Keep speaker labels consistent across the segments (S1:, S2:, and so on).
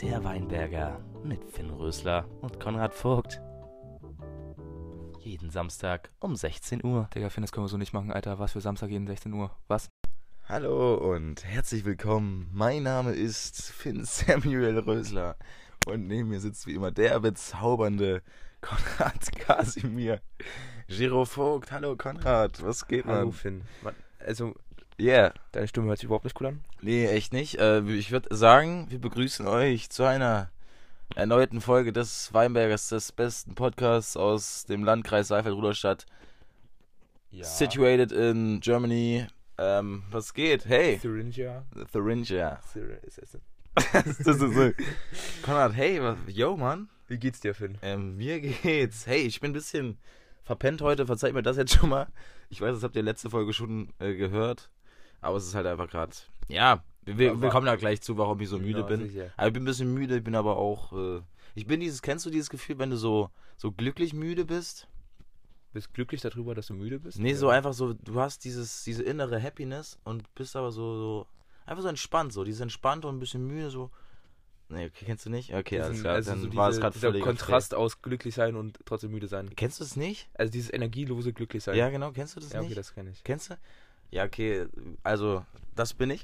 S1: Der Weinberger mit Finn Rösler und Konrad Vogt. Jeden Samstag um 16 Uhr.
S2: Digga, Finn, das können wir so nicht machen, Alter. Was für Samstag jeden 16 Uhr? Was?
S3: Hallo und herzlich willkommen. Mein Name ist Finn Samuel Rösler und neben mir sitzt wie immer der bezaubernde Konrad Kasimir. Giro Vogt, hallo Konrad, was geht
S4: Hallo
S3: man?
S4: Finn. Wa- Ähm, Also,
S3: Yeah,
S4: deine Stimme hört sich überhaupt nicht cool an.
S3: nee, echt nicht. Äh, ich würde sagen, wir begrüßen euch zu einer erneuten Folge des Weinbergers, des besten Podcasts aus dem Landkreis Seifeld-Ruderstadt, situated in Germany. Ähm, was geht? Hey,
S4: Syringia.
S3: Thuringia.
S4: Syr- ist es-
S3: das ist so. Konrad, hey, was, yo, Mann.
S4: Wie geht's dir, Finn?
S3: Ähm, mir geht's. Hey, ich bin ein bisschen verpennt heute. Verzeiht mir das jetzt schon mal. Ich weiß, das habt ihr letzte Folge schon äh, gehört. Aber es ist halt einfach gerade. Ja, wir, wir, wir kommen da gleich zu, warum ich so müde
S4: Ja,
S3: bin.
S4: sicher.
S3: Aber ich bin ein bisschen müde, ich bin aber auch. Äh, ich bin dieses, kennst du dieses Gefühl, wenn du so, so glücklich müde bist?
S4: Bist glücklich darüber, dass du müde bist?
S3: Nee,
S4: Ja.
S3: so einfach so, du hast dieses, diese innere Happiness und bist aber so, so einfach so entspannt, so dieses entspannt und ein bisschen müde, so. Nee, okay, kennst du nicht? Okay, alles
S4: Diesen-
S3: klar,
S4: also
S3: dann
S4: so diese,
S3: war es gerade
S4: dieser
S3: völlig.
S4: Kontrast aus glücklich sein und trotzdem müde sein.
S3: Kennst du es nicht?
S4: Also dieses energielose glücklich sein.
S3: Ja, genau, kennst du das
S4: ja
S3: nicht?
S4: okay, das kenne ich.
S3: Kennst du? Ja, okay, also das bin ich.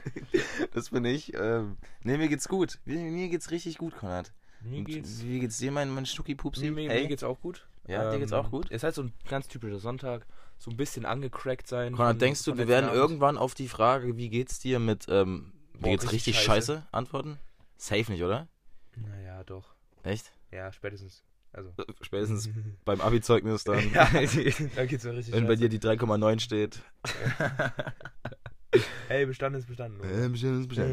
S3: das bin ich. Ähm, nee, mir geht's gut. Mir, mir geht's richtig gut, Konrad.
S4: Mir
S3: Und
S4: geht's,
S3: Wie geht's dir, mein, mein Schnucki-Pupsi?
S4: mir, mir,
S3: Hey.
S4: mir geht's auch gut.
S3: Ja, dir geht's auch gut?
S4: Es ist halt so ein ganz typischer Sonntag. So ein bisschen angecrackt sein. von-
S3: Konrad, denkst du,
S4: von
S3: wir
S4: letzten
S3: werden
S4: Abend.
S3: irgendwann auf die Frage, wie geht's dir mit, ähm,
S4: Boah,
S3: mir geht's richtig
S4: richtig
S3: scheiße. antworten? Safe nicht, oder?
S4: Naja, doch.
S3: Echt?
S4: Ja, spätestens. Also.
S3: Spätestens beim Abi-Zeugnis dann.
S4: Ja, da geht's mir richtig
S3: Wenn bei dir
S4: scheiße.
S3: die 3,9 steht.
S4: Hey, bestanden ist bestanden.
S3: Äh,
S4: oder?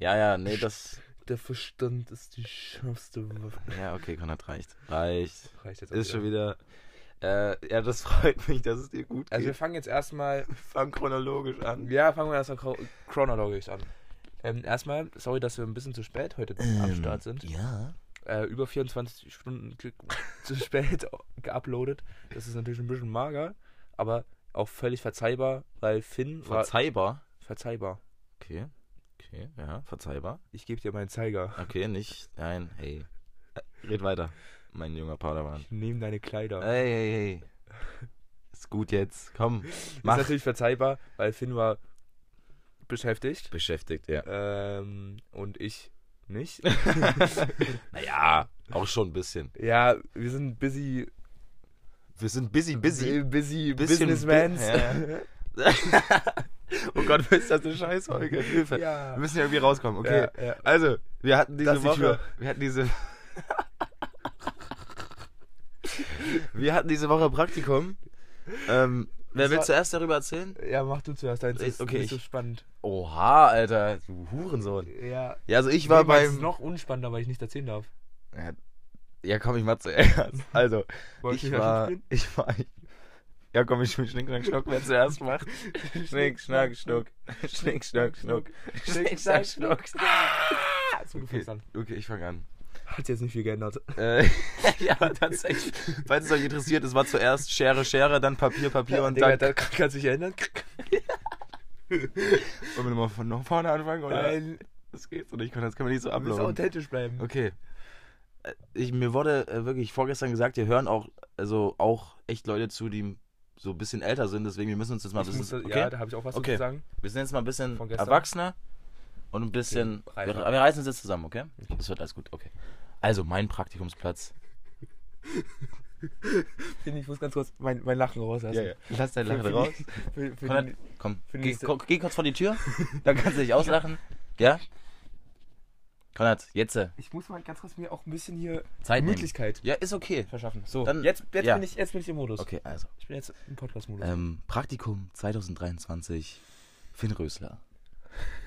S3: Ja, ja, nee, das.
S4: Der Verstand ist die schärfste Waffe.
S3: Ja, okay, Konrad, reicht. Reicht.
S4: Reicht jetzt auch
S3: Ist schon wieder. Äh, ja, das freut mich, dass es dir gut geht.
S4: Also wir fangen jetzt erstmal,
S3: fangen chronologisch an.
S4: ja, fangen wir erstmal chro- chronologisch an. Ähm, erstmal, sorry, dass wir ein bisschen zu spät heute
S3: Ähm.
S4: am Start sind.
S3: Ja.
S4: Äh, über 24 Stunden ge- zu spät geuploadet. Das ist natürlich ein bisschen mager, aber auch völlig verzeihbar, weil Finn war
S3: Verzeihbar.
S4: verzeihbar.
S3: Okay. Okay, ja, verzeihbar.
S4: Ich gebe dir meinen Zeiger.
S3: Okay, nicht. Nein, hey. Red weiter, mein junger Padawan.
S4: Ich nehme deine Kleider.
S3: Hey, hey, hey. Ist gut jetzt. Komm, mach.
S4: Ist natürlich verzeihbar, weil Finn war beschäftigt
S3: Beschäftigt, ja.
S4: ähm, und ich nicht.
S3: naja, auch schon ein bisschen.
S4: Ja, wir sind busy,
S3: Wir sind busy, busy.
S4: busy, busy
S3: bisschen
S4: Businessmans.
S3: bi- oh Gott, ist das eine Scheißfolge? Hilfe.
S4: Ja.
S3: Wir müssen ja irgendwie rauskommen, okay?
S4: Ja, ja.
S3: Also, wir hatten diese
S4: Das ist die
S3: Woche.
S4: Tür.
S3: Wir hatten diese. wir hatten diese Woche Praktikum. Ähm, wer
S4: Das
S3: will
S4: war-
S3: zuerst darüber erzählen?
S4: Ja, mach du zuerst deins.
S3: ist
S4: okay,
S3: nicht so
S4: so spannend.
S3: Oha, Alter, du Hurensohn.
S4: Ja.
S3: Ja, also ich war
S4: ist
S3: beim.
S4: noch unspannender, weil ich nicht erzählen darf.
S3: Ja, ja, komm, ich mach zuerst. Also, ich war, ich war. Ja, komm, ich spiel Schnick, Schnack, Schnuck, wer zuerst macht. Schnick, Schnack, Schnuck. Schnick, Schnack, Schnuck. Schnick, Schnack, Schnuck.
S4: Ah! So
S3: Okay,
S4: okay. an.
S3: okay, ich fang an.
S4: Hat jetzt nicht viel geändert.
S3: Äh, ja, tatsächlich. Falls es euch interessiert, es war zuerst Schere, Schere, dann Papier, Papier und dann.
S4: da kannst du dich erinnern.
S3: Wollen wir nochmal von vorne anfangen? Oder?
S4: Nein,
S3: Das geht so nicht, Konrad, das kann man nicht so
S4: wir müssen
S3: uploaden.
S4: authentisch bleiben.
S3: Okay. Äh, Ich, mir wurde äh, wirklich vorgestern gesagt, hier hören auch, also auch echt Leute zu, die so ein bisschen älter sind, deswegen wir müssen uns jetzt mal ein
S4: Ich muss,
S3: bisschen.
S4: das-
S3: Also, Okay?
S4: Ja, da habe ich auch was
S3: Okay.
S4: zu sagen.
S3: wir sind jetzt mal ein bisschen
S4: Von gestern?
S3: erwachsener und ein bisschen.
S4: Okay,
S3: wir,
S4: reifer.
S3: wir reißen uns jetzt zusammen, okay? Das wird alles gut, okay. Also, mein Praktikumsplatz.
S4: Finde ich, muss ganz kurz mein, mein Lachen rauslassen.
S3: Lass dein Lachen
S4: Für- für
S3: raus.
S4: die- Für, für
S3: Konrad,
S4: die,
S3: komm,
S4: für die
S3: geh,
S4: nächste-
S3: ko- geh kurz vor die Tür, dann kannst du dich auslachen. Ja? Konrad, jetzt. äh,
S4: ich muss mal ganz kurz mir auch ein bisschen hier
S3: Zeit nehmen.
S4: Gemütlichkeit
S3: Ja, ist okay.
S4: verschaffen. So,
S3: Dann-
S4: jetzt, jetzt,
S3: ja.
S4: bin ich, jetzt bin ich im Modus.
S3: Okay, also.
S4: Ich bin jetzt im Podcast-Modus.
S3: Ähm, Praktikum 2023, Finn Rösler.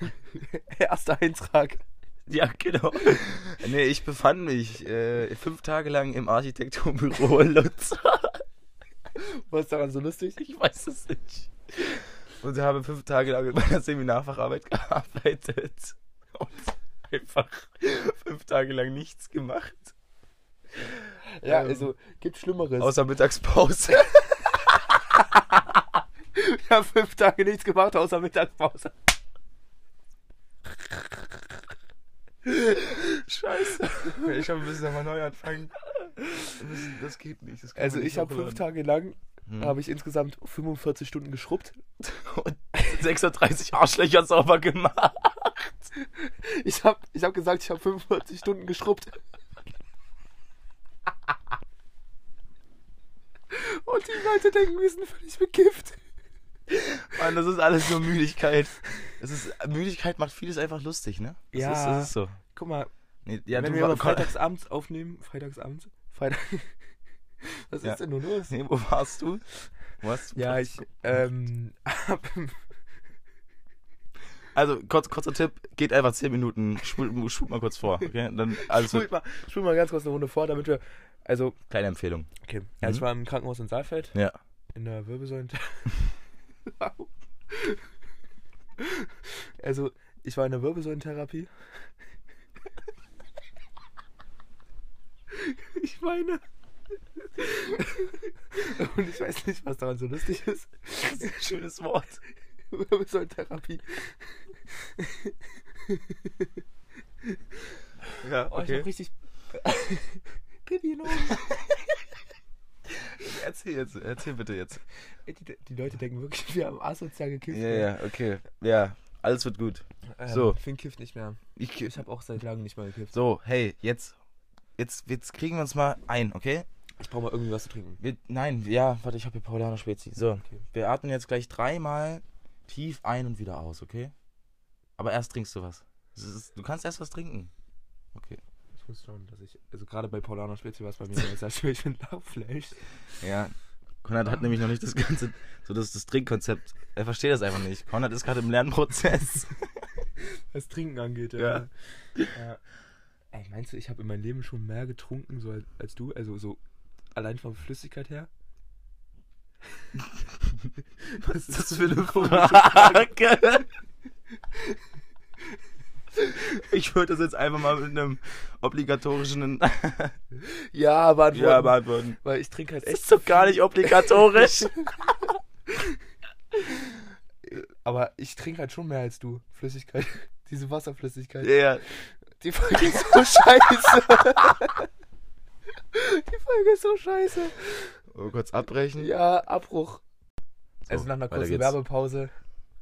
S3: Äh.
S4: Erster Eintrag.
S3: Ja, genau. nee, ich befand mich äh, fünf Tage lang im Architekturbüro in Lutz.
S4: Was ist daran so lustig?
S3: Ich weiß es nicht. Und habe fünf Tage lang in meiner Seminarfacharbeit gearbeitet. Und einfach fünf Tage lang nichts gemacht.
S4: Ja,
S3: Ähm,
S4: also gibt Schlimmeres.
S3: Außer Mittagspause.
S4: ich habe fünf Tage nichts gemacht, außer Mittagspause.
S3: Scheiße. Ich habe ein bisschen nochmal neu anfangen. Das, das geht nicht. Das kann
S4: Also
S3: man nicht
S4: ich habe fünf
S3: hochladen.
S4: Tage lang,
S3: Hm.
S4: habe ich insgesamt 45 Stunden geschrubbt.
S5: Und 36 Arschlöcher sauber gemacht.
S4: Ich habe ich hab gesagt, ich habe 45 Stunden geschrubbt. Und die Leute denken, wir sind völlig bekifft.
S3: Mann, das ist alles nur Müdigkeit. Es ist, Müdigkeit macht vieles einfach lustig, ne? Das
S4: Ja.
S3: Ist, das ist so.
S4: Guck mal,
S3: Nee, ja,
S4: wenn
S3: du
S4: wir aber
S3: war-
S4: freitagsabends aufnehmen, freitagsabends, Freitag... Was
S3: Ja.
S4: ist denn nun los?
S3: Nee, wo warst du? Wo warst du?
S4: Ja, ich ähm, hab,
S3: Also, kurz, kurzer Tipp: geht einfach 10 Minuten, spult spult mal kurz vor. Okay? Dann alles
S4: spul mal, spul mal ganz kurz eine Runde vor, damit wir, also,
S3: gut. Kleine Empfehlung.
S4: okay, ja,
S3: Mhm.
S4: ich war im Krankenhaus in Saalfeld,
S3: Ja.
S4: in der Wirbelsäule. also, ich war in der Wirbelsäulentherapie. Ich meine. Und ich weiß nicht, was daran so lustig ist.
S3: Schönes Wort.
S4: Wirbelsäulentherapie.
S3: Ja,
S4: Oh, ich
S3: okay.
S4: hab richtig. Pipi in den Ohren.
S3: erzähl, jetzt, erzähl bitte jetzt.
S4: Ey, Die, die Leute denken wirklich, wir haben asozial gekifft.
S3: Ja, ja, okay. Ja, alles wird gut.
S4: Ähm,
S3: So.
S4: Finn kifft nicht mehr.
S3: Ich,
S4: Ich habe auch seit langem nicht mehr gekifft.
S3: so, hey, jetzt, jetzt, jetzt kriegen wir uns mal ein, okay?
S4: Ich brauche mal irgendwie was zu trinken.
S3: Wir, nein, ja, warte, ich habe hier Paulaner Spezi. So,
S4: Okay.
S3: wir atmen jetzt gleich dreimal tief ein und wieder aus, okay? Aber erst trinkst du was. Das ist, du kannst erst was trinken.
S4: Ich muss schauen, dass ich. Also gerade bei Paulana Spezi war es bei mir jetzt natürlich ein Lachfleisch.
S3: Ja. Konrad hat nämlich noch nicht das ganze, so das, das Trinkkonzept. Er versteht das einfach nicht. Konrad ist gerade im Lernprozess.
S4: Was Trinken angeht, ja. ja. Ey, meinst du, ich habe in meinem Leben schon mehr getrunken so als, als du? Also so allein von Flüssigkeit her? was ist das für eine komische
S3: Frage. Ich würde das jetzt einfach mal mit einem obligatorischen
S4: Ja, beantworten.
S3: Ja beantworten.
S4: Weil ich trinke halt
S3: Das
S4: echt.
S3: ist doch gar nicht obligatorisch.
S4: Aber ich trinke halt schon mehr als du. Flüssigkeit. Diese Wasserflüssigkeit.
S3: Ja, Oh,
S4: Die Folge ist so scheiße. Die Folge ist so scheiße.
S3: Oh, kurz abbrechen.
S4: Ja, Abbruch.
S3: So,
S4: also nach einer
S3: weiter
S4: kurzen
S3: geht's.
S4: Werbepause.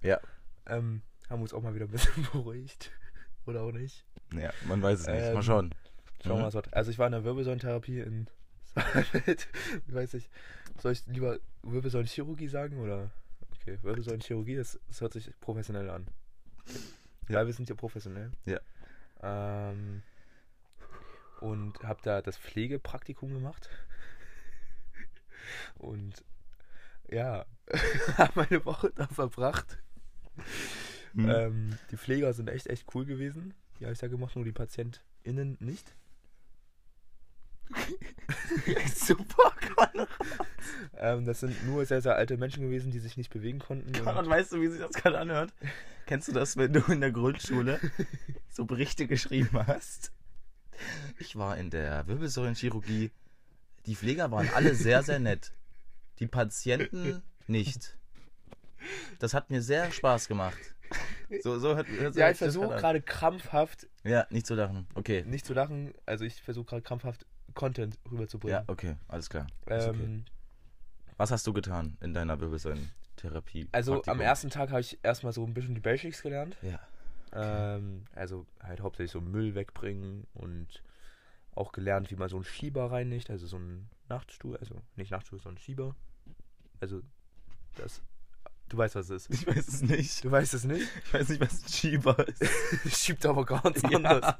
S3: Ja.
S4: Ähm, haben wir uns auch mal wieder ein bisschen beruhigt. Oder auch nicht.
S3: Ja, man weiß es nicht.
S4: Ähm,
S3: mal schauen.
S4: Schauen wir
S3: Mhm.
S4: mal, was wird. Also ich war in der Wirbelsäulentherapie in Saalfeld. ich weiß nicht. Soll ich lieber Wirbelsäulenchirurgie sagen oder? Okay, Wirbelsäulenchirurgie, das, das hört sich professionell an.
S3: Ja.
S4: Ja, wir sind ja professionell.
S3: Ja.
S4: Ähm, und habe da das Pflegepraktikum gemacht. Und ja, habe meine Woche da verbracht.
S3: Mhm.
S4: Ähm, die Pfleger sind echt, echt cool gewesen. Die habe ich da gemacht, nur die PatientInnen nicht.
S3: Super, Konrad.
S4: Ähm, das sind nur sehr, sehr alte Menschen gewesen, die sich nicht bewegen konnten.
S3: Konrad,
S4: Und,
S3: weißt du, wie sich das gerade anhört? Kennst du das, wenn du in der Grundschule so Berichte geschrieben hast? Ich war in der Wirbelsäulenchirurgie. Die Pfleger waren alle sehr, sehr nett. Die Patienten nicht. Das hat mir sehr Spaß gemacht. So, so hört, hört
S4: ja,
S3: hört
S4: ich
S3: sich das
S4: versuche
S3: an.
S4: gerade krampfhaft,
S3: Ja, nicht zu lachen. Okay.
S4: nicht zu lachen, also ich versuche gerade krampfhaft Content
S3: Ja,
S4: rüberzubringen.
S3: okay, alles klar. Ist okay.
S4: ähm,
S3: Was hast du getan in deiner Wirbelsäulentherapie?
S4: Also am
S3: Praktikum?
S4: ersten Tag habe ich erstmal so ein bisschen die Basics gelernt.
S3: Ja.
S4: Ähm, also halt hauptsächlich so Müll wegbringen und auch gelernt, wie man so einen Schieber reinigt, also so einen Nachtstuhl, also nicht Nachtstuhl, sondern Schieber. Also das, du weißt, was es ist.
S3: Ich weiß es nicht.
S4: Du weißt es nicht?
S3: Ich weiß nicht, was ein Schieber ist.
S4: Schiebt aber ganz
S3: Ja.
S4: anders.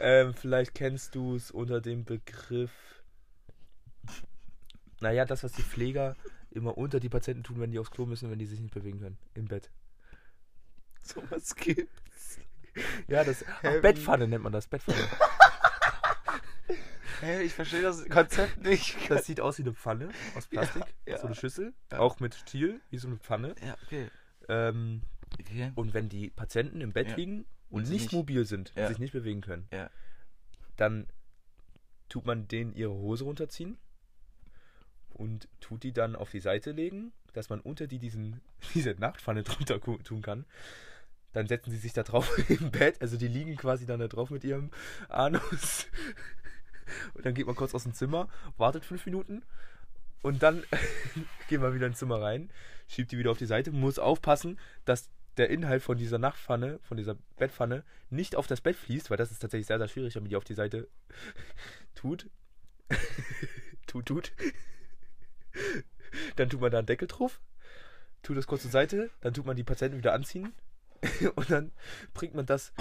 S4: ähm, vielleicht kennst du es unter dem Begriff. Naja, das, was die Pfleger immer unter die Patienten tun, wenn die aufs Klo müssen, wenn die sich nicht bewegen können. Im Bett.
S3: Sowas gibt.
S4: Ja, das. Ach,
S3: Ähm.
S4: Bettpfanne nennt man das. Bettpfanne.
S3: Hey, ich verstehe das Konzept nicht.
S4: Das sieht aus wie eine Pfanne aus Plastik.
S3: Ja, ja.
S4: So eine Schüssel.
S3: Ja.
S4: Auch mit Stiel, wie so eine Pfanne.
S3: Ja, okay.
S4: Ähm,
S3: okay.
S4: und wenn die Patienten im Bett
S3: Ja.
S4: liegen
S3: Und
S4: und
S3: sie
S4: nicht,
S3: nicht-
S4: mobil sind,
S3: Ja.
S4: sich nicht bewegen können,
S3: Ja.
S4: dann tut man denen ihre Hose runterziehen und tut die dann auf die Seite legen, dass man unter die diesen, diese Nachtpfanne drunter ku- tun kann. Dann setzen sie sich da drauf im Bett, also die liegen quasi dann da drauf mit ihrem Anus. Und dann geht man kurz aus dem Zimmer, wartet fünf Minuten und dann geht man wieder ins Zimmer rein, schiebt die wieder auf die Seite, muss aufpassen, dass der Inhalt von dieser Nachtpfanne, von dieser Bettpfanne, nicht auf das Bett fließt, weil das ist tatsächlich sehr, sehr schwierig, wenn man die auf die Seite tut. tut, tut. Dann tut man da einen Deckel drauf, tut das kurz zur Seite, dann tut man die Patienten wieder anziehen und dann bringt man das.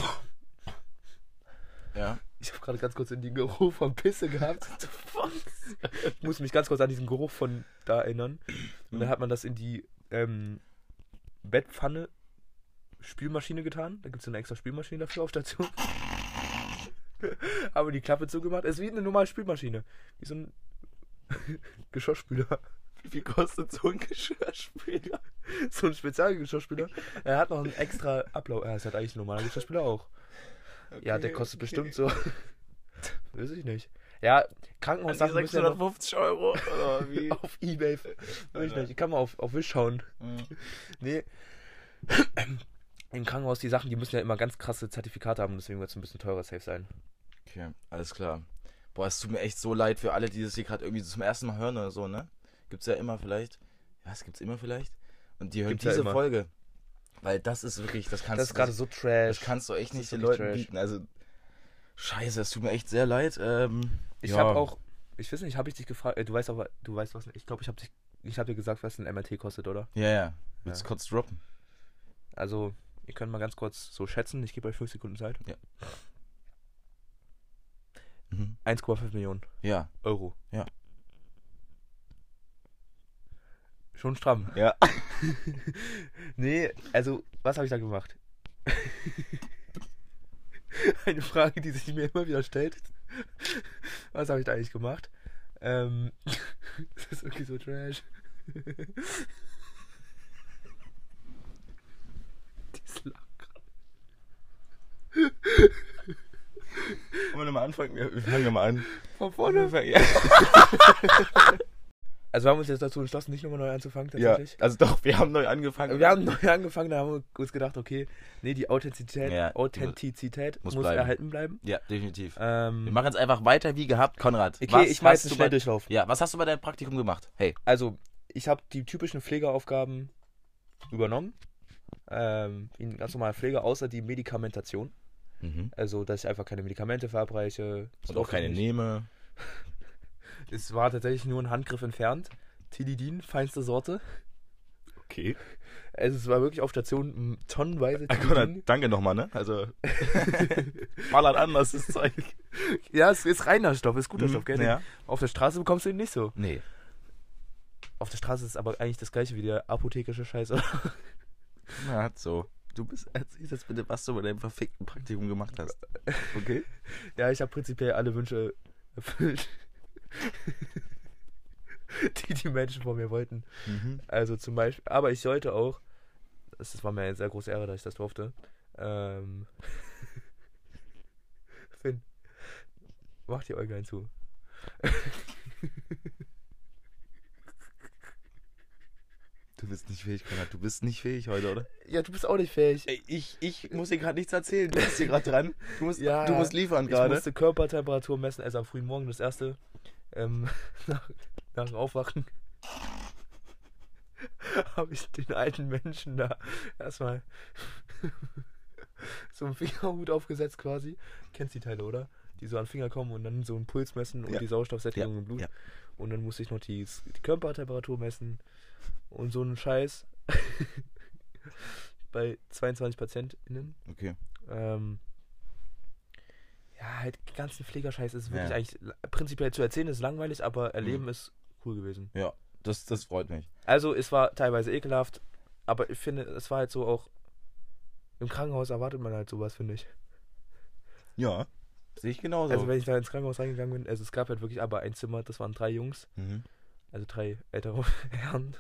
S3: Ja.
S4: Ich habe gerade ganz kurz in den Geruch von Pisse gehabt. Ich muss mich ganz kurz an diesen Geruch von da erinnern. Und dann hat man das in die ähm, Bettpfanne Spülmaschine getan. Da gibt es eine extra Spülmaschine dafür auf Station. Aber die Klappe zugemacht. Es ist wie eine normale Spülmaschine. Wie so ein Geschirrspüler.
S3: Wie viel kostet so ein Geschirrspüler?
S4: So ein Spezialgeschirrspüler. Er hat noch einen extra Ablauf. Er ist halt eigentlich ein normaler Geschirrspüler auch. ja, der kostet bestimmt so. Weiß ich nicht. Ja, Krankenhaussachen müssen ja noch
S3: 650 Euro. Oder wie?
S4: auf Ebay. Weiß ich nicht. Ich kann mal auf, auf Wish schauen. Nee. Im Krankenhaus, die Sachen, die müssen ja immer ganz krasse Zertifikate haben, deswegen wird es ein bisschen teurer safe sein.
S3: Okay, alles klar. Boah, es tut mir echt so leid für alle, die das hier gerade irgendwie so zum ersten Mal hören oder so, ne? Gibt's ja immer vielleicht. Ja, es gibt's immer vielleicht. Und die hören
S4: Gibt's ja
S3: diese
S4: immer.
S3: Folge. Weil das ist wirklich, das kannst
S4: Das ist
S3: du
S4: gerade so
S3: das
S4: trash.
S3: kannst du echt
S4: Das
S3: nicht
S4: ist
S3: den
S4: wirklich
S3: Leuten
S4: trash.
S3: bieten. Also, scheiße, es tut mir echt sehr leid. Ähm,
S4: Ich
S3: ja.
S4: habe auch, ich weiß nicht, habe ich dich gefragt, äh, du weißt aber, du weißt was, ich glaube, ich habe dich, ich habe dir gesagt, was ein MRT kostet, oder?
S3: Ja, ja. Willst du
S4: Ja.
S3: kurz droppen?
S4: Also, ihr könnt mal ganz kurz so schätzen, ich gebe euch 5 Sekunden Zeit.
S3: Mhm.
S4: 1,5 Millionen
S3: Ja.
S4: Euro.
S3: Ja.
S4: Schon stramm.
S3: Ja.
S4: Nee, also, was habe ich da gemacht? Eine Frage, die sich mir immer wieder stellt. Was habe ich da eigentlich gemacht? Ähm, das ist irgendwie so trash. Das lag
S3: Wollen wir nochmal anfangen? Ja, wir fangen nochmal an.
S4: von vorne.
S3: Ja,
S4: Also wir haben uns jetzt dazu entschlossen, nicht nochmal neu anzufangen
S3: ja,
S4: tatsächlich.
S3: also doch, wir haben neu angefangen.
S4: Wir haben neu angefangen, da haben wir uns gedacht, okay, nee, die Authentizität,
S3: Ja,
S4: Authentizität
S3: muss
S4: muss,
S3: bleiben.
S4: erhalten bleiben.
S3: Ja, definitiv.
S4: Ähm,
S3: Wir machen jetzt einfach weiter wie gehabt, Konrad.
S4: okay,
S3: was
S4: ich mache
S3: hast
S4: jetzt einen
S3: du bei-
S4: Schnelldurchlauf.
S3: Ja, was hast du bei deinem Praktikum gemacht? Hey,
S4: Also, ich habe die typischen Pflegeaufgaben übernommen. Ähm, wie eine ganz normale Pflege, außer die Medikamentation. Also, dass ich einfach keine Medikamente verabreiche.
S3: Mhm. und auch keine Nehme.
S4: Es war tatsächlich nur ein Handgriff entfernt. Tilidin, feinste Sorte.
S3: Okay.
S4: Also, es war wirklich auf Station mm, tonnenweise Tilidin.
S3: Ah, Konrad, danke nochmal, ne? Also, ballert an, das ist Zeug.
S4: Ja, es ist reiner Stoff, ist guter
S3: Mhm,
S4: Stoff, gell?
S3: ja.
S4: Auf der Straße bekommst du ihn nicht so.
S3: Nee.
S4: Auf der Straße ist aber eigentlich das gleiche wie der apothekische Scheiß. oder?
S3: Na, hat so. Du bist, erzähl jetzt bitte, was du bei deinem verfickten Praktikum gemacht hast. Okay?
S4: ja, ich habe prinzipiell alle Wünsche erfüllt, die die Menschen von mir wollten.
S3: Mhm.
S4: Also zum Beispiel, aber ich sollte auch, das das war mir eine sehr große Ehre, dass ich das durfte. Ähm, Finn, mach die Äuglein zu.
S3: Du bist nicht fähig, Konrad. Du bist nicht fähig heute, oder?
S4: Ja, du bist auch nicht fähig.
S3: Ey, ich, ich muss dir gerade nichts erzählen. Du bist hier gerade dran. Du musst,
S4: Ja,
S3: du musst liefern
S4: Ich
S3: gerade.
S4: musste Körpertemperatur messen, also am frühen Morgen das erste. Ähm, nach, nach dem Aufwachen habe ich den alten Menschen da erstmal so einen Fingerhut aufgesetzt quasi. Kennst die Teile, oder? Die so an den Finger kommen und dann so einen Puls messen und
S3: Ja.
S4: die Sauerstoffsättigung im Blut.
S3: ja.
S4: Und dann musste ich noch die, die Körpertemperatur messen und so einen Scheiß bei 22 PatientInnen.
S3: Okay.
S4: Ähm, ja, halt den ganzen Pflegerscheiß ist wirklich
S3: Ja. Mhm.
S4: eigentlich la- prinzipiell zu erzählen ist langweilig, aber erleben ist cool gewesen.
S3: Ja, das, das freut mich.
S4: Also es war teilweise ekelhaft, aber ich finde, es war halt so auch im Krankenhaus erwartet man halt sowas, finde ich.
S3: Ja. Sehe ich genauso.
S4: Also wenn ich da ins Krankenhaus reingegangen bin, also es gab halt wirklich aber ein Zimmer, das waren drei Jungs,
S3: mhm.
S4: also drei ältere Herren.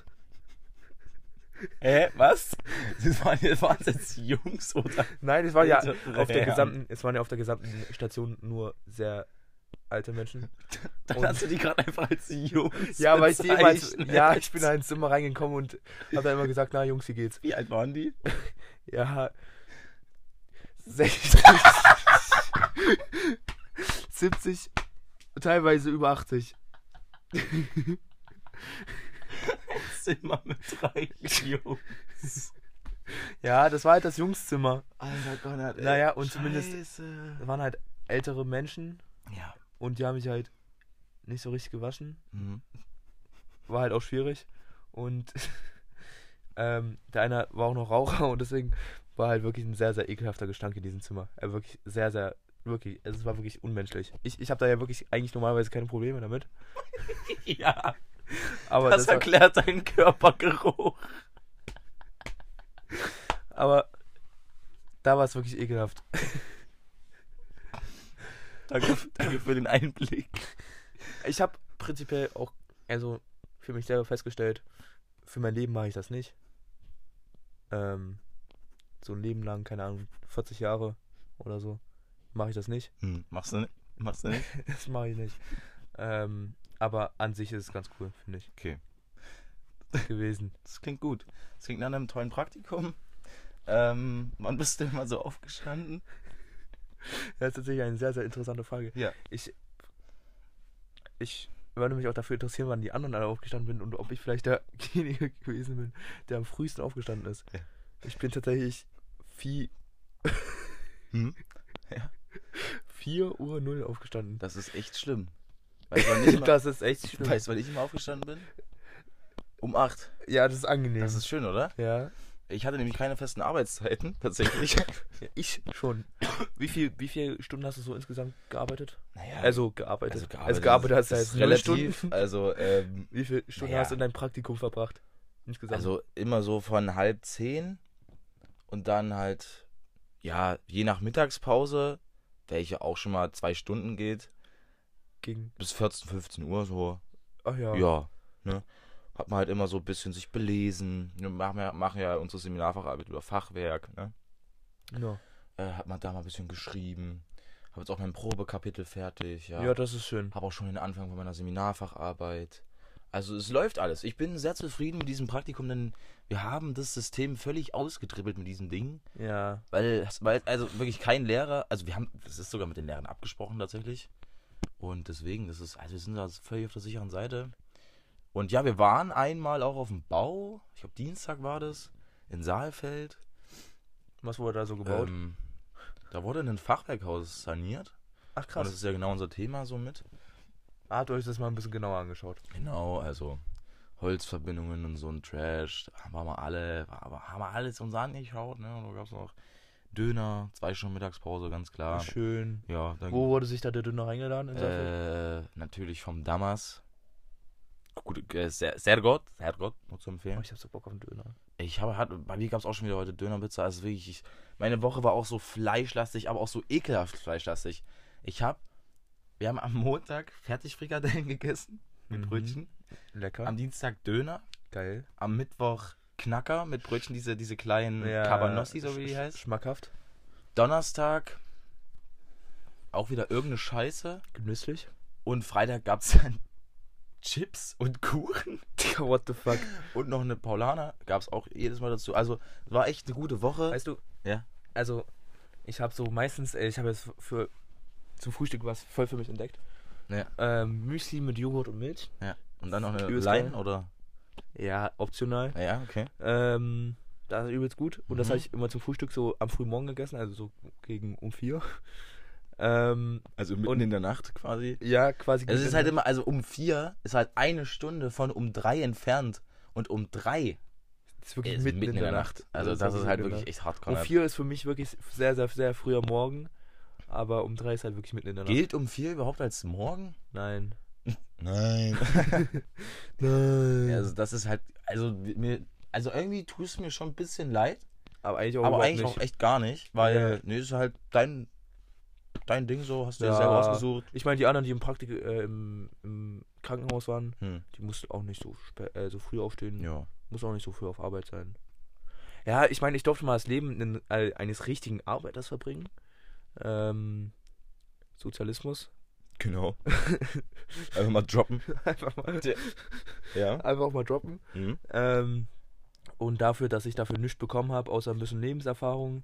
S3: Hä, was? Das waren, das waren jetzt Jungs oder?
S4: Nein, es waren ja
S3: Also drei
S4: auf der
S3: Herren.
S4: gesamten, es waren ja auf der gesamten Station nur sehr alte Menschen.
S3: Dann
S4: Und-
S3: hast du die gerade einfach als Jungs
S4: Ja, weil ich die immer als,
S3: bezeichnet.
S4: ja, ich
S3: halt-
S4: bin da ins Zimmer reingekommen und habe dann immer gesagt, na Jungs, wie geht's?
S3: Wie alt waren die?
S4: Ja,
S3: 60, 70, teilweise über 80.
S6: Zimmer mit drei Jungs.
S4: Ja, das war halt das Jungszimmer.
S3: Alter Konrad, ey.
S4: Naja, und zumindest-
S3: Scheiße.
S4: Da waren halt ältere Menschen
S3: Ja.
S4: und die haben mich halt nicht so richtig gewaschen.
S3: Mhm.
S4: war halt auch schwierig. Und ähm, der eine war auch noch Raucher und deswegen war halt wirklich ein sehr, sehr ekelhafter Gestank in diesem Zimmer. Er wirklich sehr, sehr, wirklich, also es war wirklich unmenschlich. Ich, ich habe da ja wirklich eigentlich normalerweise keine Probleme damit.
S6: Ja,
S4: Aber,
S6: das
S4: das war,
S6: erklärt deinen Körpergeruch.
S4: aber da war es wirklich ekelhaft.
S6: Danke, danke für den Einblick.
S4: Ich habe prinzipiell auch, also für mich selber festgestellt, für mein Leben mache ich das nicht. Ähm, so ein Leben lang, keine Ahnung, 40 Jahre oder so, mache ich das nicht.
S3: Hm, machst du nicht? Machst du nicht?
S4: Das mache ich nicht. Ähm, aber an sich ist es ganz cool, finde ich.
S3: Okay.
S4: Gewesen.
S3: Das klingt gut. Das klingt nach einem tollen Praktikum. Ähm, wann bist du denn mal so aufgestanden?
S4: Das ist tatsächlich eine sehr, sehr interessante Frage.
S3: Ja.
S4: Ich, ich würde mich auch dafür interessieren, wann die anderen alle aufgestanden sind und ob ich vielleicht derjenige gewesen bin, der am frühesten aufgestanden ist.
S3: Ja.
S4: Ich bin tatsächlich vier,
S3: Hm?
S4: 4 Uhr null aufgestanden.
S3: Das ist echt schlimm. Weißt du, wann ich immer,
S4: Das ist echt schlimm.
S3: weißt, du, wann ich immer aufgestanden bin? Um acht.
S4: Ja, das ist angenehm.
S3: Das ist schön, oder?
S4: ja,
S3: Ich hatte nämlich keine festen Arbeitszeiten, tatsächlich.
S4: ich schon. Wie viel, wie viele Stunden hast du so insgesamt gearbeitet?
S3: Naja,
S4: Also gearbeitet. Also gearbeitet, hast du
S3: ist-
S4: jetzt
S3: ist
S4: null
S3: relativ.
S4: Stunden.
S3: Also, ähm,
S4: Wie viele Stunden
S3: Naja.
S4: hast du in deinem Praktikum verbracht? Insgesamt.
S3: also immer so von halb zehn und dann halt, ja, je nach Mittagspause, welche auch schon mal zwei Stunden geht,
S4: gegen.
S3: bis 14, 15 Uhr so.
S4: Ach ja.
S3: Ja, ne? Hat man halt immer so ein bisschen sich belesen. Wir machen ja, machen ja unsere Seminarfacharbeit über Fachwerk, ne?
S4: Ja,
S3: Äh, hat man da mal ein bisschen geschrieben. Habe jetzt auch mein Probekapitel fertig, ja.
S4: Ja, das ist schön.
S3: Habe auch schon den Anfang von meiner Seminarfacharbeit. Also es läuft alles. Ich bin sehr zufrieden mit diesem Praktikum, denn wir haben das System völlig ausgetribbelt mit diesem Ding.
S4: Ja.
S3: Weil, weil also wirklich kein Lehrer, also wir haben, das ist sogar mit den Lehrern abgesprochen tatsächlich. Und deswegen, das ist, also wir sind da völlig auf der sicheren Seite. Und ja, wir waren einmal auch auf dem Bau, ich glaube Dienstag war das, in Saalfeld.
S4: Was wurde da so gebaut?
S3: Ähm, da wurde ein Fachwerkhaus saniert.
S4: Ach
S3: Und das
S4: krass.
S3: ist ja genau unser Thema so mit.
S4: Habt ihr euch das mal ein bisschen genauer angeschaut?
S3: Genau, also Holzverbindungen und so ein Trash. Haben wir mal alle, aber haben wir alles uns angeschaut, ne? Und da gab es noch Döner, zwei Stunden Mittagspause, ganz klar.
S4: Schön.
S3: Ja, Ähm, dann
S4: Wo wurde sich da der Dünner eingeladen? In Saalfeld?
S3: äh, natürlich vom Damas. Gut, äh, sehr, sehr gut, sehr gut, nur zu
S4: oh,
S3: empfehlen.
S4: ich hab so Bock auf einen Döner.
S3: Ich habe, hat, bei mir gab es auch schon wieder heute Dönerpizza. Also wirklich, ich, meine Woche war auch so fleischlastig, aber auch so ekelhaft fleischlastig. Ich habe, wir haben am Montag Fertigfrikadellen gegessen mit
S4: Mhm.
S3: Brötchen,
S4: Lecker.
S3: am Dienstag Döner,
S4: Geil.
S3: am Mittwoch Knacker mit Brötchen, diese, diese kleinen Cabanossi, so wie die
S4: sch-
S3: heißt.
S4: Schmackhaft.
S3: Donnerstag auch wieder irgendeine Scheiße.
S4: Genüsslich.
S3: Und Freitag gab es dann Chips und Kuchen.
S4: Digga, what the fuck?
S3: Und noch eine Paulaner gab es auch jedes Mal dazu. Also es war echt eine gute Woche.
S4: Weißt du,
S3: Ja.
S4: also ich habe so meistens, äh, ich habe jetzt für zum Frühstück was voll für mich entdeckt.
S3: Ja.
S4: Ähm, Müsli mit Joghurt und Milch.
S3: ja. Und dann noch eine
S4: Übelst
S3: Line
S4: geil.
S3: oder?
S4: Ja, optional.
S3: Ja, okay.
S4: Ähm, das ist übelst gut. Und das
S3: Mhm.
S4: habe ich immer zum Frühstück so am frühen Morgen gegessen, also so gegen um vier. Ähm,
S3: Also mitten
S4: Und-
S3: in der Nacht quasi.
S4: ja, quasi.
S3: Also es ist
S4: gegessen.
S3: halt immer, also um vier ist halt eine Stunde von um drei entfernt. Und um drei
S4: Das ist
S3: ist
S4: wirklich
S3: mitten, in der, Nacht. Also das, ist halt
S4: mitten in
S3: wirklich
S4: der
S3: echt hart.
S4: Nacht. Um
S3: Konrad.
S4: vier ist für mich wirklich sehr, sehr, sehr früher Morgen. Aber um drei ist halt wirklich mitten in der Nacht.
S3: Gilt um vier überhaupt als morgen?
S4: Nein.
S3: Nein.
S4: Nein.
S3: Ja, also das ist halt, also mir, also irgendwie tust du mir schon ein bisschen leid,
S4: aber eigentlich auch
S3: aber
S4: überhaupt
S3: eigentlich
S4: nicht.
S3: auch echt gar nicht, weil,
S4: Ja.
S3: nee, ist halt dein, dein Ding so, hast du dir
S4: Ja.
S3: selber ausgesucht.
S4: Ich meine, die anderen, die im Praktik äh, im, im Krankenhaus waren,
S3: Hm.
S4: die mussten auch nicht so, spä- äh, so früh aufstehen.
S3: Ja.
S4: Muss auch nicht so früh auf Arbeit sein. Ja, ich meine, ich durfte mal das Leben in, äh, eines richtigen Arbeiters verbringen. Ähm, Sozialismus.
S3: Genau. Einfach mal droppen.
S4: einfach, mal,
S3: Ja.
S4: einfach mal droppen.
S3: Mhm.
S4: Ähm, und dafür, dass ich dafür nichts bekommen habe, außer ein bisschen Lebenserfahrung.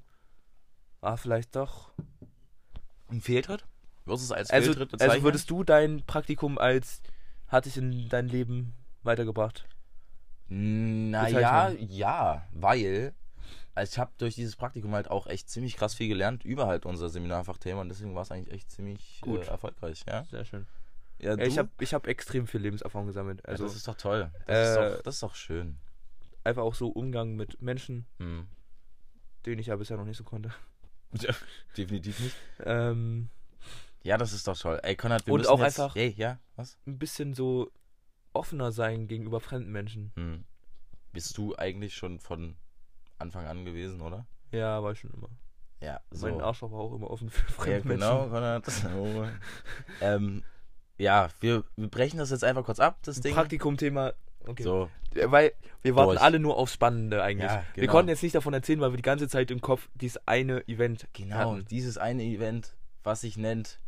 S4: Ah, vielleicht doch.
S3: Ein Fehltritt? Würdest du es als
S4: Also,
S3: Fehltritt bezeichnen?
S4: also würdest du dein Praktikum als hat dich in dein Leben weitergebracht?
S3: Naja, ja, weil also ich habe durch dieses Praktikum halt auch echt ziemlich krass viel gelernt über halt unser Seminarfachthema und deswegen war es eigentlich echt ziemlich
S4: Gut.
S3: Äh, erfolgreich. Ja,
S4: Sehr schön.
S3: ja
S4: Äh, Ich habe ich hab extrem viel Lebenserfahrung gesammelt.
S3: also,
S4: Also
S3: ja, das ist doch toll. Das,
S4: äh,
S3: ist, doch, das ist doch schön.
S4: einfach auch so Umgang mit Menschen,
S3: Hm.
S4: den ich ja bisher noch nicht so konnte.
S3: Definitiv nicht.
S4: Ähm,
S3: Ja, das ist doch toll. Ey, Konrad, wir
S4: Und
S3: müssen
S4: auch
S3: jetzt,
S4: einfach-
S3: Ey, ja, was?
S4: ein bisschen so offener sein gegenüber fremden Menschen.
S3: Hm. Bist du eigentlich schon von Anfang an gewesen, oder?
S4: Ja, war ich schon immer.
S3: Ja,
S4: Mein Arschloch war auch immer offen für
S3: Ja,
S4: fremde
S3: genau,
S4: Menschen.
S3: Konrad. So. ähm, ja, wir, wir brechen das jetzt einfach kurz ab, das Ding.
S4: Praktikum-Thema. Okay.
S3: So,
S4: Äh, Weil wir warten
S3: Durch.
S4: alle nur aufs Spannende eigentlich.
S3: Ja,
S4: Wir
S3: genau.
S4: konnten jetzt nicht davon erzählen, weil wir die ganze Zeit im Kopf dieses eine Event
S3: genau,
S4: hatten.
S3: dieses eine Event, was sich nennt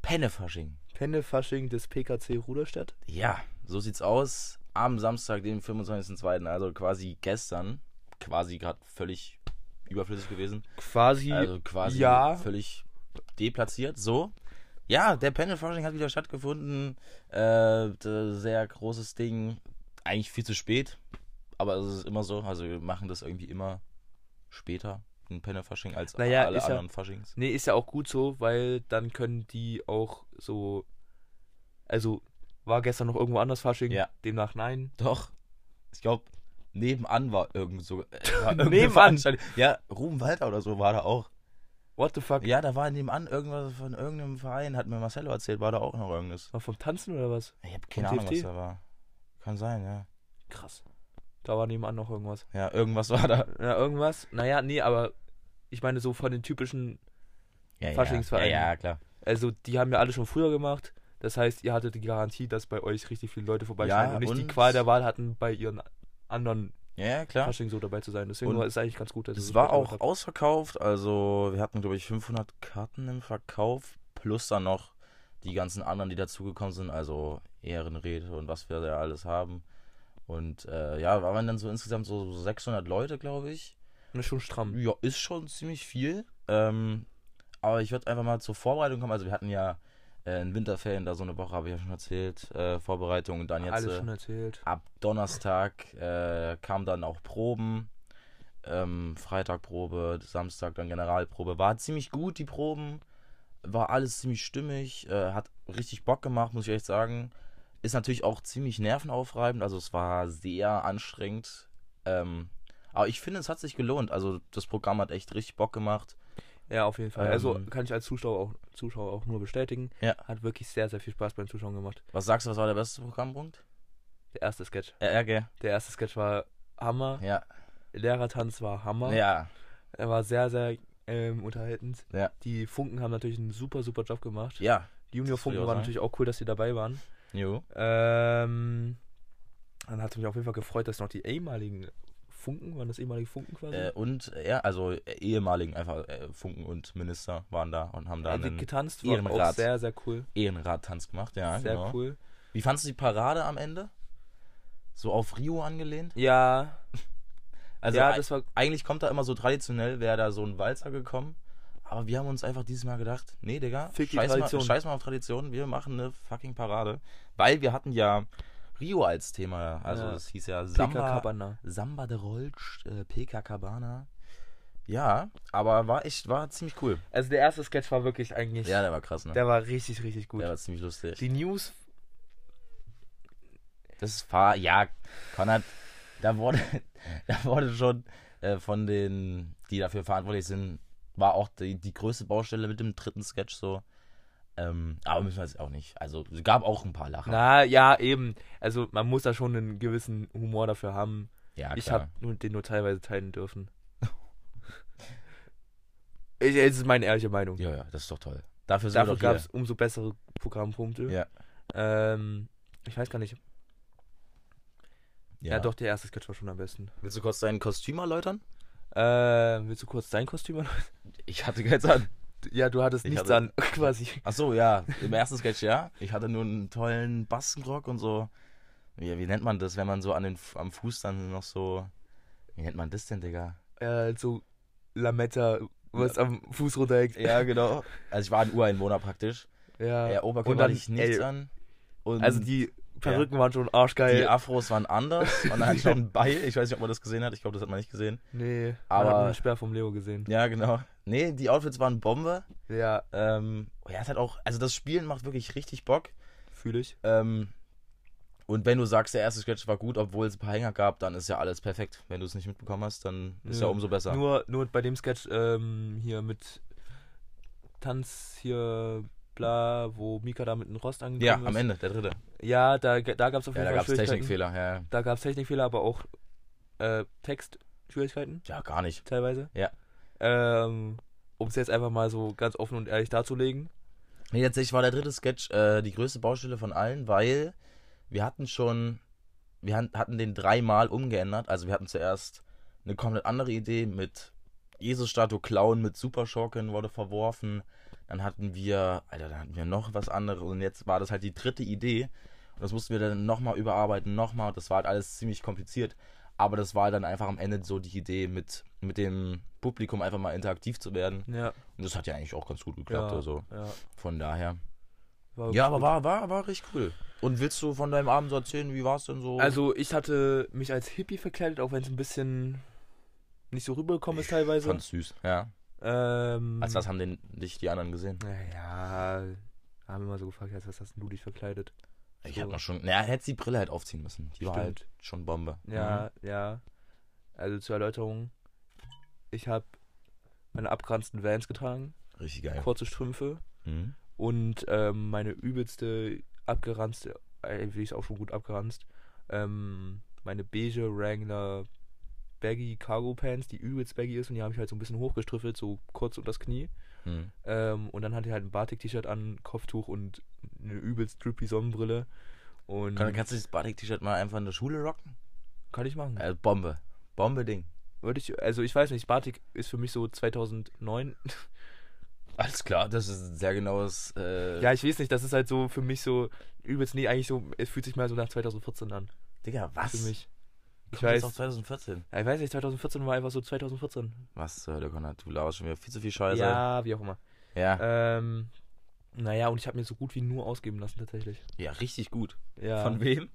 S3: Pennefasching.
S4: Pennefasching des PKC Ruderstadt.
S3: Ja, so sieht's aus. Am Samstag, den 25.02., also quasi gestern, quasi gerade völlig überflüssig gewesen.
S4: Quasi.
S3: Also quasi
S4: ja.
S3: völlig deplatziert, so. Ja, der Pendelfasching hat wieder stattgefunden. Äh, d- sehr großes Ding. Eigentlich viel zu spät, aber es ist immer so. Also wir machen das irgendwie immer später, ein Pendelfasching, als
S4: Naja,
S3: alle
S4: ist ja-
S3: anderen Faschings.
S4: nee, ist ja auch gut so, weil dann können die auch so. Also war gestern noch irgendwo anders Fasching.
S3: Ja.
S4: Demnach nein.
S3: Doch, ich glaube, nebenan war irgend so. äh, war irgendeine
S4: Nebenan?
S3: Veranstaltung. Ja, Ruben Walter oder so war da auch.
S4: What the fuck?
S3: Ja, da war nebenan irgendwas von irgendeinem Verein, hat mir Marcello erzählt, war da auch noch irgendwas.
S4: War vom Tanzen oder was?
S3: Ich habe keine
S4: Vom
S3: Ahnung, was
S4: TFT?
S3: da war. Kann sein, ja.
S4: Krass. Da war nebenan noch irgendwas.
S3: Ja, irgendwas war da.
S4: Ja, irgendwas? Naja, nee, aber ich meine so von den typischen
S3: Ja,
S4: Faschingsverein.
S3: Ja, ja, klar.
S4: Also, die haben ja alle schon früher gemacht. Das heißt, ihr hattet die Garantie, dass bei euch richtig viele Leute vorbeischauen
S3: Ja,
S4: und nicht die
S3: und-
S4: Qual der Wahl hatten, bei ihren anderen
S3: Ja, ja, klar.
S4: Fasching so dabei zu sein. Deswegen
S3: Und
S4: war es eigentlich ganz gut, dass ihr
S3: Das
S4: so
S3: war
S4: spät
S3: auch
S4: angefangen
S3: ausverkauft. Also, wir hatten, glaube ich, 500 Karten im Verkauf. Plus dann noch die ganzen anderen, die dazugekommen sind. Also Ehrenräte und was wir da alles haben. Und äh, ja, waren dann so insgesamt so 600 Leute, glaube ich.
S4: habt. Das ist schon stramm.
S3: Ja, ist schon ziemlich viel. Ähm, aber ich würde einfach mal zur Vorbereitung kommen. Also, wir hatten ja äh, in Winterferien da so eine Woche, habe ich ja schon erzählt. Äh, Vorbereitung und dann jetzt.
S4: Alles
S3: äh,
S4: schon erzählt.
S3: ab Donnerstag äh, kamen dann auch Proben. Ähm, Freitag Probe, Samstag dann Generalprobe. War ziemlich gut, die Proben. War alles ziemlich stimmig. Äh, hat richtig Bock gemacht, muss ich echt sagen. Ist natürlich auch ziemlich nervenaufreibend. Also es war sehr anstrengend. Ähm, aber ich finde, es hat sich gelohnt. Also das Programm hat echt richtig Bock gemacht.
S4: Ja, auf jeden Fall. also
S3: ähm,
S4: kann ich als Zuschauer auch, Zuschauer auch nur bestätigen.
S3: Ja.
S4: Hat wirklich sehr, sehr viel Spaß beim Zuschauen gemacht.
S3: Was sagst du, was war der beste Programmpunkt?
S4: Der erste Sketch.
S3: Ja, ja, gell.
S4: Der erste Sketch war Hammer.
S3: ja.
S4: Lehrertanz war Hammer.
S3: ja.
S4: Er war sehr, sehr ähm, unterhaltend.
S3: Ja.
S4: Die Funken haben natürlich einen super, super Job gemacht.
S3: Ja.
S4: Die
S3: Das will
S4: Junior
S3: ich
S4: Funken
S3: auch
S4: waren
S3: sagen.
S4: natürlich auch cool, dass sie dabei waren.
S3: Jo.
S4: Ähm, dann hat es mich auf jeden Fall gefreut, dass noch die ehemaligen Funken, waren das ehemalige Funken quasi?
S3: Äh, und ja, also äh, ehemaligen einfach äh, Funken und Minister waren da und haben da
S4: äh, die
S3: einen
S4: getanzt war auch
S3: Ehrenrat.
S4: sehr, sehr cool.
S3: Ehrenradtanz gemacht. Ja,
S4: sehr
S3: genau.
S4: cool.
S3: Wie fandst du die Parade am Ende? So auf Rio angelehnt?
S4: Ja,
S3: Also
S4: ja,
S3: ei-
S4: das war
S3: eigentlich kommt da immer so traditionell, wäre da so ein Walzer gekommen. Aber wir haben uns einfach dieses Mal gedacht, nee, Digga,
S4: Fick die
S3: scheiß mal,
S4: Tradition.
S3: scheiß mal auf Tradition, wir machen eine fucking Parade. Weil wir hatten ja Rio als Thema. Also
S4: Ja.
S3: das hieß ja
S4: Pika
S3: Samba,
S4: Cabana.
S3: Samba de Rolsch, äh, PK Cabana. Ja, aber war echt, war ziemlich cool.
S4: Also der erste Sketch war wirklich eigentlich,
S3: Ja, der war krass, ne?
S4: der war richtig, richtig gut.
S3: Der war ziemlich lustig.
S4: die News,
S3: Das ist Fahr, ja, Konrad, da wurde, da wurde schon äh, von den, die dafür verantwortlich sind, war auch die, die größte Baustelle mit dem dritten Sketch so. Ähm, aber müssen wir jetzt auch nicht. Also, es gab auch ein paar Lacher.
S4: na ja, eben. Also man muss da schon einen gewissen Humor dafür haben.
S3: ja,
S4: ich habe nur, den nur teilweise teilen dürfen. ich, es ist meine ehrliche Meinung.
S3: Ja, ja, das ist doch toll. Dafür sind
S4: Dafür
S3: wir doch
S4: gab es umso bessere Programmpunkte.
S3: Ja.
S4: Ähm, ich weiß gar nicht.
S3: hier.
S4: Ja. doch, der erste Sketch war schon am besten.
S3: Willst du kurz dein Kostüm erläutern?
S4: Äh, willst du kurz dein Kostüm an?
S3: Ich hatte jetzt an.
S4: Ja, du hattest
S3: Ich
S4: nichts
S3: hatte-
S4: an, quasi.
S3: Ach so, ja, im ersten Sketch, ja. Ich hatte nur einen tollen Baskenrock und so. Wie, wie nennt man das, wenn man so an den, F- am Fuß dann noch so. Wie nennt man das denn, Digga?
S4: Äh, so Lametta was am Fuß runterhängt.
S3: Ja, genau. Also ich war ein Ureinwohner praktisch.
S4: Ja.
S3: Der Oberkörper
S4: Und dann,
S3: hatte ich nichts
S4: ey,
S3: an. Und
S4: Also die Perücken waren schon arschgeil.
S3: Ähm, die Afros waren anders. Und dann hatte ich noch ein Beil. Ich weiß nicht, ob man das gesehen hat. Ich glaube, das hat man nicht gesehen.
S4: nee,
S3: Aber-
S4: man hat nur den Sperr vom Leo gesehen.
S3: Ja, genau. Nee, die Outfits waren Bombe.
S4: Ja,
S3: Ähm, oh ja, es hat auch, also das Spielen macht wirklich richtig Bock.
S4: fühle ich.
S3: Ähm, und wenn du sagst, der erste Sketch war gut, obwohl es ein paar Hänger gab, dann ist ja alles perfekt. Wenn du es nicht mitbekommen hast, dann ist ja,
S4: Ja.
S3: umso besser.
S4: Nur, nur bei dem Sketch ähm, hier mit Tanz hier bla, wo Mika da mit einem Rost angekommen
S3: ja,
S4: ist.
S3: am Ende, der dritte.
S4: Ja, da, da gab es auf
S3: Ja, da
S4: jeden Fall
S3: gab es
S4: Schwierigkeiten.
S3: Technikfehler. Ja, ja.
S4: Da gab es Technikfehler, aber auch äh, Textschwierigkeiten
S3: ja, gar nicht.
S4: teilweise.
S3: Ja.
S4: Ähm, um es jetzt einfach mal so ganz offen und ehrlich darzulegen.
S3: Nee, tatsächlich war der dritte Sketch äh, die größte Baustelle von allen, weil wir hatten schon, wir han- hatten den dreimal umgeändert. Also wir hatten zuerst eine komplett andere Idee mit Jesus-Statue klauen, mit Superschurken wurde verworfen. Dann hatten wir, Alter, dann hatten wir noch was anderes und jetzt war das halt die dritte Idee. Und das mussten wir dann nochmal überarbeiten, nochmal. Das war halt alles ziemlich kompliziert. Aber das war dann einfach am Ende so die Idee, mit, mit dem Publikum einfach mal interaktiv zu werden.
S4: Ja,
S3: Und das hat ja eigentlich auch ganz gut geklappt.
S4: ja,
S3: Also
S4: ja.
S3: von daher.
S4: War
S3: Ja,
S4: gut.
S3: aber war, war, war richtig cool. Und willst du von deinem Abend so erzählen, wie war es denn so?
S4: Also ich hatte mich als Hippie verkleidet, auch wenn es ein bisschen nicht so rübergekommen ist
S3: ich
S4: teilweise.
S3: fand's süß. Ja.
S4: Ähm,
S3: also Als was haben denn dich die anderen gesehen?
S4: Naja, haben immer so gefragt, als was hast denn du dich verkleidet?
S3: Ich
S4: So.
S3: hab noch schon. Naja, hätte die Brille halt aufziehen müssen. Die war Mhm. halt
S4: Stimmt.
S3: schon Bombe.
S4: Ja, ja. Also zur Erläuterung, ich habe meine abgeranzten Vans getragen,
S3: Mhm. Richtig geil.
S4: kurze Strümpfe
S3: Mhm.
S4: und ähm, meine übelste abgeranzte, äh, will ich auch schon gut abgeranzt, ähm, meine beige Wrangler Baggy Cargo Pants, die übelst baggy ist und die habe ich halt so ein bisschen hochgestrüffelt, so kurz unter das Knie.
S3: Mhm.
S4: Ähm, und dann hatte ich halt ein Batik-T-Shirt an, Kopftuch und eine übelst drippy Sonnenbrille. Und
S3: Kann,
S4: kann,
S3: kannst du das Batik-T-Shirt mal einfach in der Schule rocken?
S4: ich machen.
S3: Äh, Bombe. Bombe-Ding.
S4: Würde ich, also ich weiß nicht, Batik ist für mich so 2009.
S3: Äh. Alles klar, das ist ein sehr genaues. Äh,
S4: Ja, ich weiß nicht, das ist halt so für mich so übelst, nee, eigentlich so, es fühlt sich mal so nach 2014 an.
S3: Digga, was?
S4: Für mich. Ich
S3: Kommt jetzt
S4: weiß,
S3: auf 2014.
S4: ja, ich weiß nicht, 2014 war einfach so 2014.
S3: Was zur Hölle, Konrad? Du laberst schon wieder viel zu viel Scheiße.
S4: Ja, wie auch immer.
S3: Ja,
S4: Also, Ähm, naja, und ich habe mir so gut wie nur ausgeben lassen tatsächlich.
S3: Ja, richtig gut.
S4: Ja.
S3: Von wem?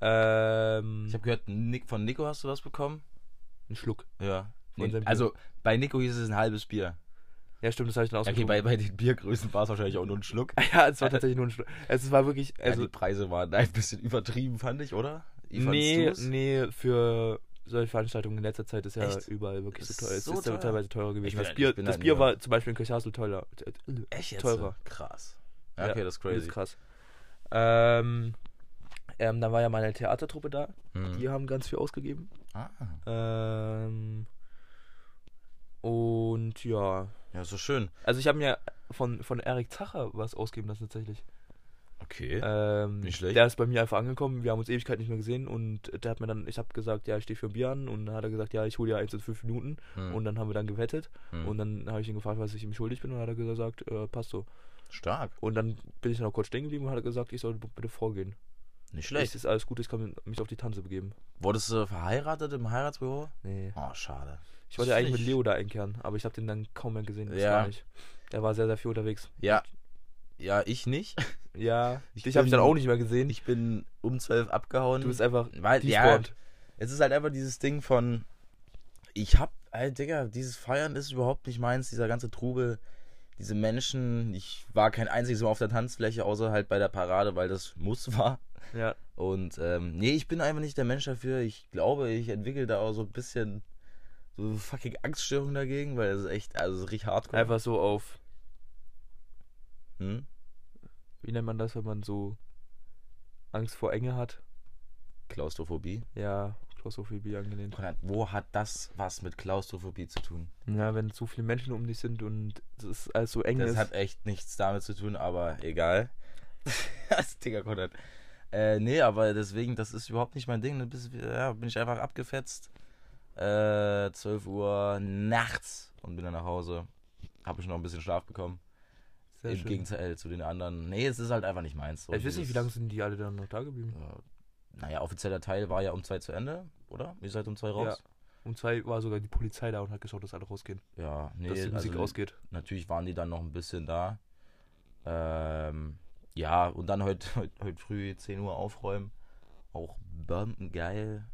S4: ähm,
S3: Ich habe gehört, Nick, von Nico hast du was bekommen?
S4: einen Schluck.
S3: Ja.
S4: Von
S3: Nee,
S4: seinem
S3: also bei Nico hieß es ein halbes Bier.
S4: Ja, stimmt, das habe ich dann
S3: Okay,
S4: ausgegeben.
S3: bei, bei den Biergrößen war es wahrscheinlich auch nur ein Schluck.
S4: ja, es war tatsächlich nur ein Schluck. Es war wirklich,
S3: Also
S4: also
S3: ja, die Preise waren ein bisschen übertrieben, fand ich, oder? Wie fandst
S4: nee,
S3: du's?
S4: nee, für solche Veranstaltungen in letzter Zeit ist ja
S3: Echt?
S4: überall wirklich so
S3: Ist
S4: teuer. Es
S3: so
S4: ist ja
S3: teuer?
S4: teilweise teurer gewesen.
S3: bin
S4: Das
S3: halt-
S4: Bier,
S3: ich bin
S4: das
S3: halt
S4: Bier
S3: nur-
S4: war zum Beispiel in Kirchhassel teurer.
S3: Echt jetzt?
S4: Teurer.
S3: Krass. Ja, okay, das ist
S4: Das
S3: crazy.
S4: ist krass. Ähm, ähm, dann war ja meine Theatertruppe da.
S3: Hm.
S4: Die haben ganz viel ausgegeben.
S3: Ah,
S4: Ähm, und ja.
S3: ja, so schön.
S4: Also ich habe mir von, von Erik Zacher was ausgeben lassen tatsächlich.
S3: Okay.
S4: Ähm,
S3: Nicht schlecht.
S4: Der ist bei mir einfach angekommen. Wir haben uns Ewigkeit nicht mehr gesehen und der hat mir dann, ich habe gesagt, ja, ich stehe für ein Bier an und dann hat er gesagt, ja, ich hole ja eins in fünf Minuten
S3: Hm.
S4: und dann haben wir dann gewettet
S3: Hm.
S4: und dann habe ich ihn gefragt, was ich ihm schuldig bin und dann hat er gesagt, äh, passt so.
S3: Stark.
S4: Und dann bin ich noch kurz stehen geblieben und hat er gesagt, ich soll b- bitte vorgehen.
S3: Nicht
S4: Es
S3: schlecht.
S4: ist alles gut, ich kann mich auf die Tanze begeben.
S3: Wurdest du verheiratet im Heiratsbüro?
S4: Nee.
S3: Oh, schade.
S4: Ich wollte eigentlich mit
S3: Schlecht.
S4: Leo da einkehren, aber ich habe den dann kaum mehr gesehen. das
S3: Ja.
S4: war nicht. Der war sehr, sehr viel unterwegs.
S3: Ja. Ja, ich nicht.
S4: Ja,
S3: Ich
S4: dich habe ich
S3: bin-
S4: dann auch nicht mehr gesehen.
S3: Ich bin um 12 abgehauen.
S4: du bist einfach
S3: Weil, ja,
S4: despawned.
S3: es ist halt einfach dieses Ding von, ich hab, halt, Digga, dieses Feiern ist überhaupt nicht meins, dieser ganze Trubel, diese Menschen, ich war kein einziges Mal auf der Tanzfläche, außer halt bei der Parade, weil das Muss war.
S4: Ja.
S3: Und ähm, nee, ich bin einfach nicht der Mensch dafür. Ich glaube, ich entwickle da auch so ein bisschen so fucking Angststörung dagegen, weil das ist echt, also das ist richtig hardcore.
S4: Einfach so auf,
S3: Hm?
S4: wie nennt man das, wenn man so Angst vor Enge hat?
S3: Klaustrophobie.
S4: Ja, Klaustrophobie angelehnt.
S3: Konrad, wo hat das was mit Klaustrophobie zu tun?
S4: Ja, wenn zu viele Menschen um dich sind und es ist alles so eng
S3: Das
S4: ist.
S3: hat echt nichts damit zu tun, aber egal. das Digga Konrad. Äh, nee, aber deswegen, das ist überhaupt nicht mein Ding. Dann bist, ja, bin ich einfach abgefetzt. Äh, 12 Uhr nachts und bin dann nach Hause. Habe ich noch ein bisschen Schlaf bekommen.
S4: sehr
S3: Im
S4: schön.
S3: Gegenteil zu den anderen. Nee, es ist halt einfach nicht meins. So
S4: ich weiß nicht, wie
S3: dieses-
S4: lange sind die alle dann noch da geblieben?
S3: Äh, naja, offizieller Teil war ja um zwei zu Ende, oder? Ihr seid um zwei raus.
S4: Um zwei war sogar die Polizei da und hat geschaut, dass alle rausgehen.
S3: Ja, nee,
S4: dass die Musik
S3: also,
S4: ausgeht.
S3: natürlich waren die dann noch ein bisschen da. Ähm, ja, und dann heute heut, heut früh 10 Uhr aufräumen. Auch bombengeil.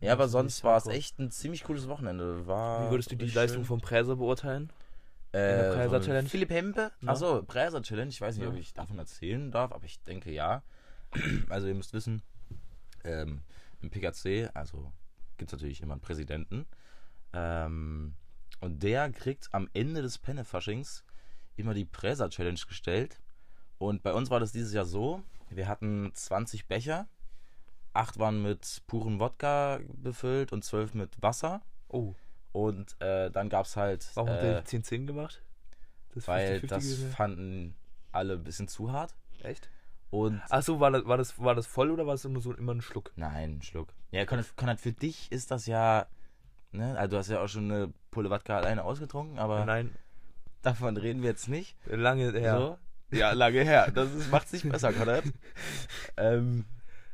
S3: Ja,
S4: Ja,
S3: aber
S4: ist
S3: sonst
S4: nicht
S3: war es
S4: hardcore.
S3: echt ein ziemlich cooles Wochenende. War
S4: Wie würdest du die
S3: richtig
S4: Leistung
S3: schön.
S4: vom Präser beurteilen?
S3: äh,
S4: der Preiser
S3: von
S4: Challenge?
S3: Philipp Hempe?
S4: Ja.
S3: Achso, Preiser Challenge. Ich weiß nicht,
S4: Ja.
S3: ob ich davon erzählen darf, aber ich denke ja. Also, ihr müsst wissen, ähm, im PKC, also gibt es natürlich immer einen Präsidenten. Ähm, und der kriegt am Ende des Pennefaschings immer die Präser Challenge gestellt. Und bei uns war das dieses Jahr so: wir hatten 20 Becher, acht waren mit purem Wodka befüllt und zwölf mit Wasser.
S4: Oh,
S3: Und äh, dann gab es halt.
S4: warum
S3: äh,
S4: hat der 10-10 gemacht? Das
S3: weil
S4: 50-50
S3: das
S4: gewesen
S3: fanden alle ein bisschen zu hart.
S4: wäre? Echt?
S3: Und
S4: Achso, war das, war, das, war das voll oder war es immer so immer ein Schluck?
S3: nein, ein Schluck. Ja, Konrad, Konrad, für dich ist das ja. Ne? Also, du hast ja auch schon eine Pulle Wodka alleine ausgetrunken, aber
S4: Nein,
S3: davon reden wir jetzt nicht.
S4: lange her.
S3: So? Ja, lange her. Das ist, macht's nicht besser, Konrad. ähm,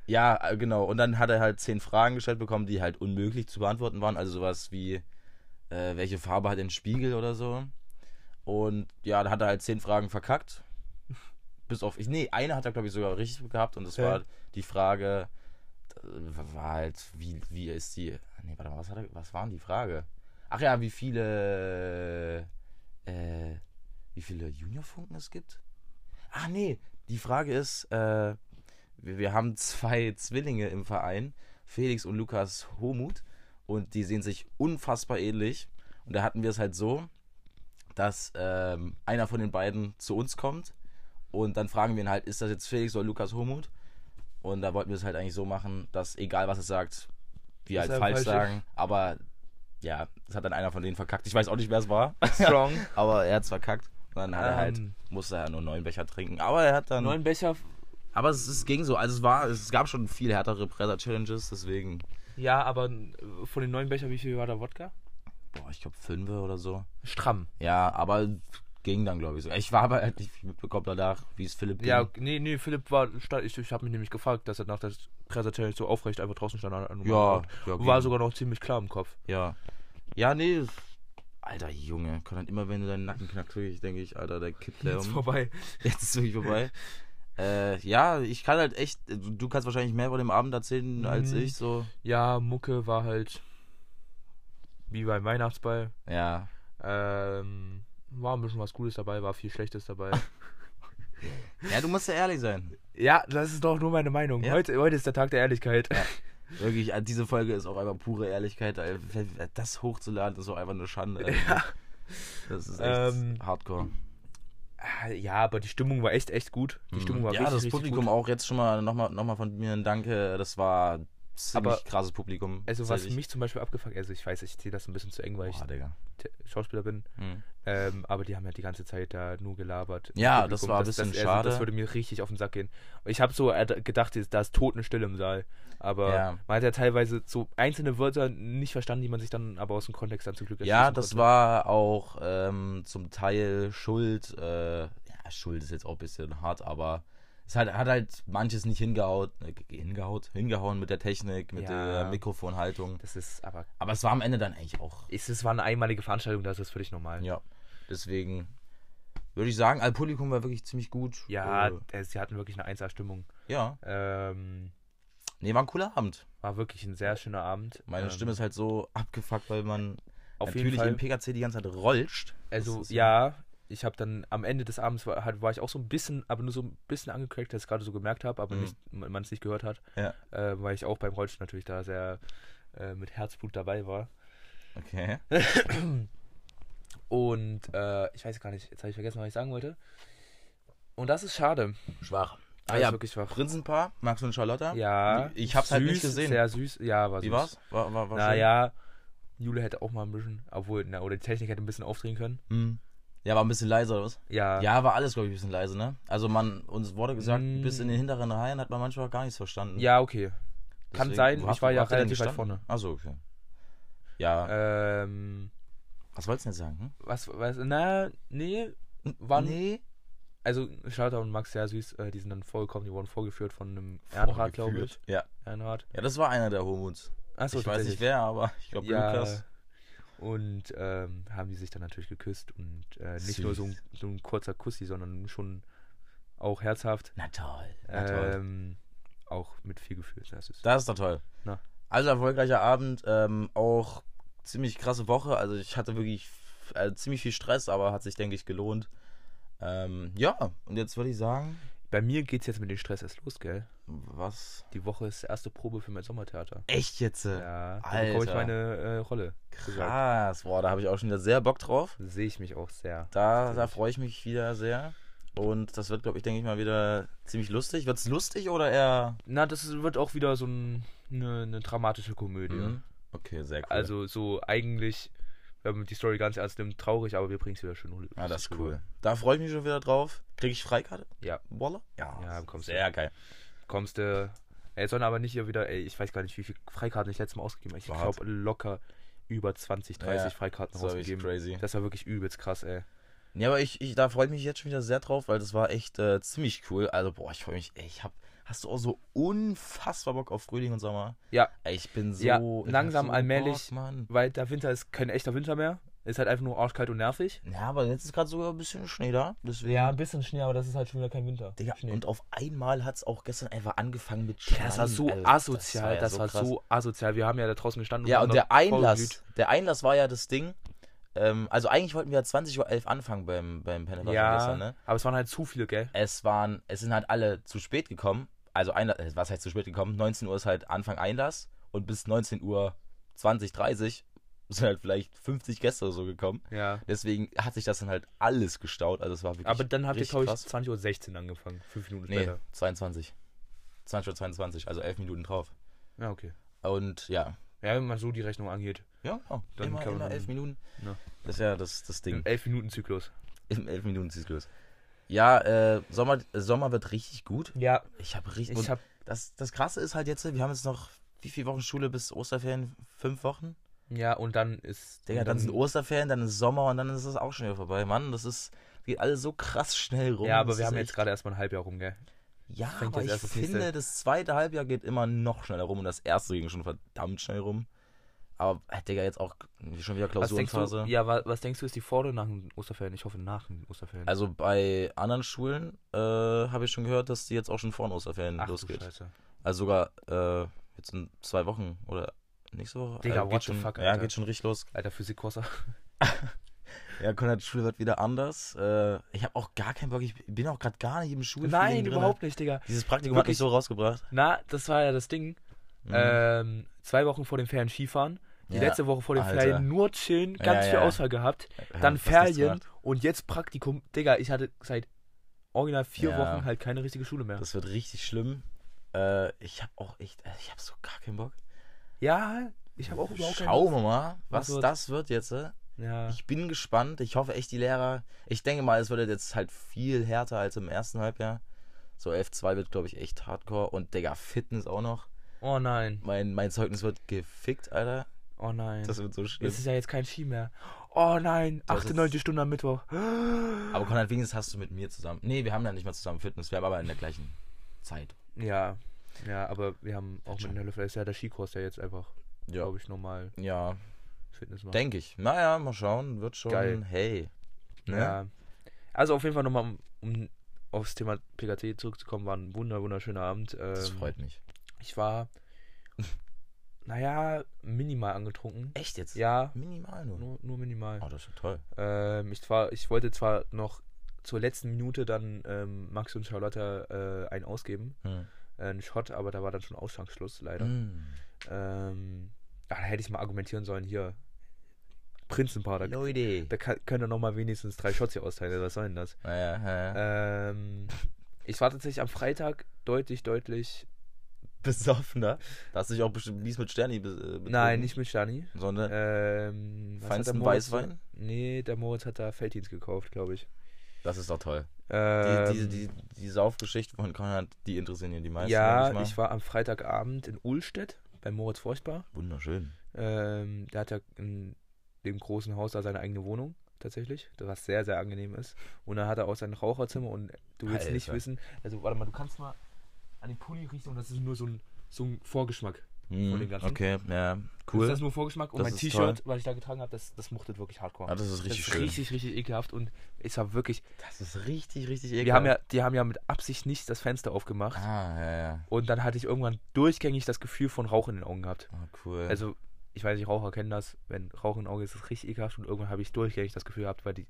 S3: ja, äh, genau. Und dann hat er halt zehn Fragen gestellt bekommen, die halt unmöglich zu beantworten waren. Also sowas wie, äh, welche Farbe hat ein Spiegel oder so. Und ja, da hat er halt zehn Fragen verkackt. Bis auf, ich, nee, eine hat er, glaube ich, sogar richtig gehabt. Und das
S4: Hä?
S3: war die Frage, äh, war halt, wie, wie ist die, nee, warte mal, was, hat er, was waren die Frage? Ach ja, wie viele, äh, wie viele Juniorfunken es gibt? Ah, nee, die Frage ist, äh, wir, wir haben zwei Zwillinge im Verein, Felix und Lukas Homuth, und die sehen sich unfassbar ähnlich. Und da hatten wir es halt so, dass ähm, einer von den beiden zu uns kommt und dann fragen wir ihn halt, ist das jetzt Felix oder Lukas Homuth? Und da wollten wir es halt eigentlich so machen, dass egal was es sagt, wir
S4: Ist
S3: halt
S4: halt
S3: falsch
S4: falsch.
S3: sagen. Aber ja, es hat dann einer von denen verkackt. Ich weiß auch nicht, wer es war.
S4: Strong.
S3: Aber er hat's verkackt. Und dann hat er halt,
S4: Ähm.
S3: musste er nur neun Becher trinken. Aber er hat dann.
S4: Neun Becher.
S3: Aber es, es ging so. Also es war, es gab schon viel härtere Presser-Challenges, deswegen.
S4: Ja, aber äh, von den neun Becher, wie viel war da Wodka?
S3: Boah, ich glaube fünf oder so.
S4: Stramm.
S3: Ja, aber ging dann, glaube ich, so. Ich war aber halt nicht viel mitbekommen danach, wie es Philipp ging.
S4: Ja, ok- nee, nee, Philipp war, sta- ich, ich habe mich nämlich gefragt, dass er nach der Präsentation so aufrecht einfach draußen stand. an- an-
S3: ja,
S4: und
S3: ja,
S4: War
S3: ging.
S4: sogar noch ziemlich klar im Kopf.
S3: Ja. Ja, nee. das- Alter Junge, kann halt immer, wenn du deinen Nacken knackst, wirklich, denke ich, Alter, der kippt der um.
S4: vorbei.
S3: Jetzt ist wirklich vorbei. Äh, ja, ich kann halt echt, du du kannst wahrscheinlich mehr von dem Abend erzählen als
S4: Mhm.
S3: ich, so.
S4: Ja, Mucke war halt wie beim Weihnachtsball.
S3: Ja,
S4: Ähm, war ein bisschen was Gutes dabei, war viel Schlechtes dabei.
S3: Ja, du musst ja ehrlich sein.
S4: ja, das ist doch nur meine Meinung.
S3: Ja.
S4: Heute, heute ist der Tag der Ehrlichkeit.
S3: Wirklich, äh, diese Folge ist auch einfach pure Ehrlichkeit. äh, Das hochzuladen ist auch einfach eine Schande. Ja. Das ist echt
S4: Ähm,
S3: hardcore.
S4: Ah, Ja, aber die Stimmung war echt, echt gut. Die Stimmung war
S3: Mhm. ja,
S4: richtig,
S3: das
S4: richtig
S3: Publikum
S4: gut.
S3: auch jetzt schon mal nochmal noch mal von mir ein Danke. Das war ziemlich
S4: Aber-
S3: krasses Publikum.
S4: Also was
S3: tatsächlich.
S4: mich zum Beispiel abgefuckt, also ich weiß, ich ziehe das ein bisschen zu eng, weil ich
S3: Boah, Digga.
S4: Te- Schauspieler bin.
S3: Mhm.
S4: Ähm, aber die haben ja die ganze Zeit da nur gelabert. im
S3: Ja,
S4: Publikum.
S3: das war ein bisschen
S4: das,
S3: schade.
S4: Das würde mir richtig auf den Sack gehen. Ich habe so äh, gedacht, da ist Totenstille im Saal. Aber
S3: Ja.
S4: man hat ja teilweise so einzelne Wörter nicht verstanden, die man sich dann aber aus dem Kontext dann zum Glück
S3: Ja,
S4: erschließen
S3: das
S4: konnte.
S3: war auch ähm, zum Teil Schuld. Äh, ja, Schuld ist jetzt auch ein bisschen hart, aber es hat, hat halt manches nicht hingehaut, äh, hingehaut, hingehauen mit der Technik, mit
S4: Ja.
S3: der Mikrofonhaltung.
S4: Das ist aber.
S3: Aber es war am Ende dann eigentlich auch
S4: Es es war eine einmalige Veranstaltung, das ist völlig normal.
S3: Ja, deswegen würde ich sagen, Alpublikum war wirklich ziemlich gut.
S4: Ja,
S3: Äh,
S4: äh, sie hatten wirklich eine 1A-Stimmung.
S3: ja.
S4: Ähm,
S3: Nee, war ein cooler Abend.
S4: war wirklich ein sehr schöner Abend.
S3: Meine
S4: ähm,
S3: Stimme ist halt so abgefuckt, weil man
S4: auf jeden
S3: natürlich
S4: Fall.
S3: im PKC die ganze Zeit rollscht. Das
S4: Also
S3: ist
S4: ja, ich habe dann am Ende des Abends war, hat- war ich auch so ein bisschen, aber nur so ein bisschen angekriegt, dass ich gerade so gemerkt habe, aber
S3: Mhm.
S4: nicht, man es nicht gehört hat,
S3: Ja.
S4: äh, weil ich auch beim Rollstuhl natürlich da sehr äh, mit Herzblut dabei war.
S3: Okay.
S4: Und äh, ich weiß gar nicht, jetzt habe ich vergessen, was ich sagen wollte. Und das ist schade.
S3: Schwach. Ah
S4: Das
S3: ja,
S4: ist wirklich schwach.
S3: Prinzenpaar, Max und Charlotta.
S4: Ja.
S3: Die- ich hab's halt nicht
S4: süß,
S3: gesehen.
S4: Sehr süß. Ja, war
S3: Wie
S4: süß.
S3: war's? War, war, war schön?
S4: Naja, Jule hätte auch mal ein bisschen, obwohl, na, oder die Technik hätte ein bisschen aufdrehen können.
S3: Hm. Ja, war ein bisschen leiser, oder was?
S4: Ja.
S3: Ja, war alles, glaube ich, ein bisschen leise, ne? Also man, uns wurde gesagt,
S4: Mm.
S3: bis in den hinteren Reihen hat man manchmal gar nichts verstanden.
S4: Ja, okay. kann sein,
S3: wo
S4: ich
S3: habt-
S4: war
S3: wo
S4: ja
S3: habt ihr denn
S4: relativ weit
S3: gestanden?
S4: vorne. Äh.
S3: Achso, okay. Ja,
S4: Ähm,
S3: was wolltest du denn sagen? Hm?
S4: was, was, na, nee, waren,
S3: Nee.
S4: also Charlotte und Max sehr süß, äh, die sind dann vorgekommen, die wurden vorgeführt von einem Ehrenrat, glaube ich.
S3: Ja.
S4: Ehrenrat.
S3: ja, das war einer der Hormons.
S4: Achso,
S3: ich weiß nicht wer, aber ich glaube
S4: ja,
S3: Lukas.
S4: Und ähm, haben die sich dann natürlich geküsst und äh, nicht
S3: Süß.
S4: nur so ein, so ein kurzer Kussi, sondern schon auch herzhaft.
S3: Na toll. Na toll.
S4: Ähm, auch mit viel Gefühl. Das ist
S3: Das ist doch toll.
S4: Na.
S3: Also erfolgreicher Abend, ähm, auch ziemlich krasse Woche. Also ich hatte wirklich f- äh, ziemlich viel Stress, aber hat sich, denke ich, gelohnt. Ähm, ja, und jetzt würde ich sagen,
S4: Bei mir geht's jetzt mit dem Stress erst los, gell?
S3: was?
S4: Die Woche ist erste Probe für mein Sommertheater.
S3: Echt jetzt?
S4: Ja, da bekomme ich
S3: Alter.
S4: meine äh, Rolle. gesagt.
S3: Krass, boah, da habe ich auch schon wieder sehr Bock drauf.
S4: Sehe ich mich auch sehr.
S3: Da, da freue ich mich wieder sehr. Und das wird, glaube ich, denke ich mal wieder ziemlich lustig. Wird es lustig oder eher.
S4: Na, das ist- wird auch wieder so ein, eine, eine dramatische Komödie.
S3: Mhm. Okay, sehr cool.
S4: Also so eigentlich, wenn man die Story ganz ernst nimmt, traurig, aber wir bringen es wieder schön rüber.
S3: ja, Ah, das ist cool. Da freue ich mich schon wieder drauf. Kriege ich Freikarte?
S4: Ja.
S3: Waller?
S4: Ja, bekommst du.
S3: Sehr geil.
S4: Kommst du. Ey, jetzt sollen aber nicht hier wieder, ey, ich weiß gar nicht, wie viel Freikarten ich letztes Mal ausgegeben habe. Ich
S3: Wahnsinn.
S4: glaube locker über 20, 30
S3: Ja,
S4: Freikarten
S3: das war wirklich
S4: rausgegeben.
S3: crazy.
S4: Das war wirklich übelst krass, ey.
S3: Ja, aber ich, ich da freue ich mich jetzt schon wieder sehr drauf, weil das war echt äh, ziemlich cool. Also, boah, ich freue mich. Ey, ich hab, hast du auch so unfassbar Bock auf Frühling und Sommer?
S4: Ja,
S3: Ey, ich bin so.
S4: Ja,
S3: ich hab
S4: langsam,
S3: so
S4: allmählich.
S3: Bock, Mann.
S4: weil der Winter ist kein echter Winter mehr. Ist halt einfach nur arschkalt und nervig.
S3: Ja, aber jetzt ist gerade sogar ein bisschen Schnee da. Deswegen.
S4: bisschen Schnee, aber das ist halt schon wieder kein Winter.
S3: Digga,
S4: Schnee.
S3: und auf einmal hat es auch gestern einfach angefangen mit
S4: Digga, das war
S3: Schlamm,
S4: so
S3: Alter.
S4: asozial, das war,
S3: krass.
S4: so asozial. Wir haben ja da draußen gestanden.
S3: Ja,
S4: haben
S3: und
S4: da
S3: der Einlass, der Einlass war ja das Ding. Ähm, also eigentlich wollten wir ja 20.11 Uhr anfangen beim, beim Penetration
S4: Ja,
S3: gestern, ne?
S4: aber es waren halt zu viele, gell?
S3: Es waren, es sind halt alle zu spät gekommen. Also Einlass, äh, was heißt zu spät gekommen? 19 Uhr ist halt Anfang Einlass und bis 19 Uhr 20, 30 sind halt vielleicht 50 Gäste oder so gekommen.
S4: Ja.
S3: Deswegen hat sich das dann halt alles gestaut. Also es war wirklich
S4: Aber dann habt ihr,
S3: richtig
S4: glaube ich,
S3: krass.
S4: 20.16 Uhr angefangen. Fünf Minuten
S3: Nee,
S4: später.
S3: 22. 20 Uhr 22, also 11 Minuten drauf.
S4: Ja, okay.
S3: Und ja.
S4: Ja, wenn man so die Rechnung angeht.
S3: Ja, genau.
S4: Dann
S3: immer,
S4: kann man-
S3: immer 11 Minuten.
S4: Ja.
S3: Das ist ja das, das Ding.
S4: Im 11-Minuten-Zyklus.
S3: Im 11 Minuten Zyklus. Ja, äh, Sommer, äh, Sommer wird richtig gut.
S4: Ja,
S3: Ich habe richtig.
S4: ich
S3: und
S4: hab.
S3: das, das Krasse ist halt jetzt, wir haben jetzt noch wie viele Wochen Schule bis Osterferien? Fünf Wochen?
S4: Ja, und dann ist.
S3: Digga,
S4: und
S3: dann sind Osterferien, dann ist Sommer und dann ist es auch schon wieder vorbei. Mann, das ist. Geht alles so krass schnell rum.
S4: Ja, aber
S3: Das
S4: wir
S3: ist
S4: haben
S3: echt-
S4: jetzt gerade erstmal ein Halbjahr rum, gell?
S3: Ja,
S4: fängt
S3: aber
S4: jetzt
S3: ich
S4: erst das
S3: finde,
S4: nächste-
S3: das zweite Halbjahr geht immer noch schneller rum und das erste ging schon verdammt schnell rum. Aber, äh, Digga, jetzt auch schon wieder
S4: Was denkst
S3: Klausurenphase.
S4: du? Ja, wa- was denkst du, ist die Vor- oder nach den Osterferien? Ich hoffe, nach den Osterferien.
S3: Also bei anderen Schulen äh, habe ich schon gehört, dass die jetzt auch schon vor den Osterferien
S4: Ach, du
S3: losgeht.
S4: Scheiße.
S3: Also sogar äh, jetzt in zwei Wochen oder nächste Woche.
S4: Digga,
S3: also
S4: what
S3: geht
S4: the
S3: schon,
S4: fuck,
S3: Ja,
S4: Alter.
S3: geht schon richtig los.
S4: Alter, Physikkurser.
S3: Ja, Konrad Schule wird wieder anders. Äh, ich habe auch gar keinen Bock, ich bin auch gerade gar nicht im Schulfeeling
S4: Nein,
S3: drin.
S4: überhaupt nicht, Digga.
S3: Dieses Praktikum hat mich
S4: Wirklich.
S3: so rausgebracht.
S4: Na, das war ja das Ding. Ähm, zwei Wochen vor den Ferien Skifahren. Die
S3: Mhm. Ja,
S4: letzte Woche vor den
S3: Alter.
S4: Ferien nur chillen, ganz
S3: Ja,
S4: viel
S3: ja.
S4: Ausfall gehabt.
S3: Ja,
S4: dann
S3: fast nichts
S4: Ferien
S3: gemacht.
S4: und jetzt Praktikum. Digga, ich hatte seit original vier
S3: Ja.
S4: Wochen halt keine richtige Schule mehr.
S3: Das wird richtig schlimm. Äh, ich habe auch echt, äh, ich habe so gar keinen Bock.
S4: ja, ich habe auch überhaupt keinen-
S3: Schauen wir mal, was
S4: Was wird?
S3: das wird jetzt. Äh?
S4: Ja.
S3: Ich bin gespannt. Ich hoffe echt, die Lehrer. Ich denke mal, es wird jetzt halt viel härter als im ersten Halbjahr. So F2 wird, glaube ich, echt hardcore. Und Digga, Fitness auch noch.
S4: Oh nein,
S3: Mein, mein Zeugnis wird gefickt, Alter.
S4: oh nein.
S3: Das wird so schlimm.
S4: es ist ja jetzt kein Ski mehr. Oh nein,
S3: Das
S4: achte,
S3: ist-
S4: neunte Stunde am Mittwoch.
S3: Aber Konrad, wenigstens hast du mit mir zusammen. Nee, wir haben da nicht mal zusammen Fitness. Wir haben aber in der gleichen Zeit.
S4: Ja, ja, aber wir haben auch
S3: schon.
S4: mit der Löffel, ist ja der Skikurs, der jetzt einfach,
S3: Ja.
S4: glaube ich, normal
S3: Ja,
S4: Fitness macht.
S3: denke ich. Naja, mal schauen. Wird schon.
S4: Geil.
S3: Hey. Ne?
S4: Ja. Also auf jeden Fall nochmal, um, um aufs Thema PKT zurückzukommen, war ein wunder, wunderschöner Abend. Ähm,
S3: Das freut mich.
S4: Ich war, naja, minimal angetrunken.
S3: Echt jetzt?
S4: Ja,
S3: Minimal nur.
S4: nur, nur minimal.
S3: Oh, das ist ja toll.
S4: Ähm, ich, war, ich wollte zwar noch zur letzten Minute dann ähm, Max und Charlotte äh, einen ausgeben,
S3: Hm.
S4: äh, einen Shot, aber da war dann schon Ausschlagsschluss, leider.
S3: Mm.
S4: Ähm, ah, da hätte ich mal argumentieren sollen, hier, Prinzenpaar, da,
S3: Leute.
S4: da kann, können doch noch mal wenigstens drei Shots hier austeilen, was soll denn das?
S3: Naja, naja.
S4: Ähm, ich war tatsächlich am Freitag deutlich, deutlich.
S3: besoffener. Da hast du dich auch bestimmt mies mit Sterni be äh, betrunken.
S4: Nein, nicht Äh, mit Stani.
S3: Sondern
S4: Ähm, was hat der
S3: feinsten
S4: Moritz-
S3: Weißwein?
S4: Nee, der Moritz hat da Felddienst gekauft, glaube ich.
S3: Das ist doch toll.
S4: Ähm,
S3: die, die, die, die Saufgeschichten von Konrad, die interessieren ja die meisten.
S4: ja,
S3: denke
S4: ich war am Freitagabend in Uhlstedt bei Moritz Furchtbar.
S3: Wunderschön.
S4: Ähm, der hat ja in dem großen Haus da seine eigene Wohnung tatsächlich, das was sehr, sehr angenehm ist. Und da hat er auch sein Raucherzimmer und du willst nicht
S3: Alter.
S4: wissen, also warte mal, du kannst mal an den Pulli riechen und das ist nur so ein, so ein Vorgeschmack.
S3: Hm,
S7: den ganzen-
S3: okay, ja,
S4: Das ist
S3: cool.
S4: das nur Vorgeschmack und
S3: Das
S4: mein
S3: ist
S4: T-Shirt, was ich da getragen habe, das, das mochtet wirklich hardcore.
S3: Ah, das ist richtig
S4: das ist
S3: schön.
S4: richtig, richtig ekelhaft und es war wirklich.
S3: Das ist richtig, richtig ekelhaft.
S4: Wir haben ja, die haben ja mit Absicht nicht das Fenster aufgemacht
S3: Ah, ja, ja.
S4: und dann hatte ich irgendwann durchgängig das Gefühl von Rauch in den Augen gehabt.
S3: Ah, cool.
S4: Also, ich weiß nicht, Raucher kennen das. Wenn Rauch im Auge ist, ist es richtig ekelhaft. Und irgendwann habe ich durchgängig das Gefühl gehabt, weil die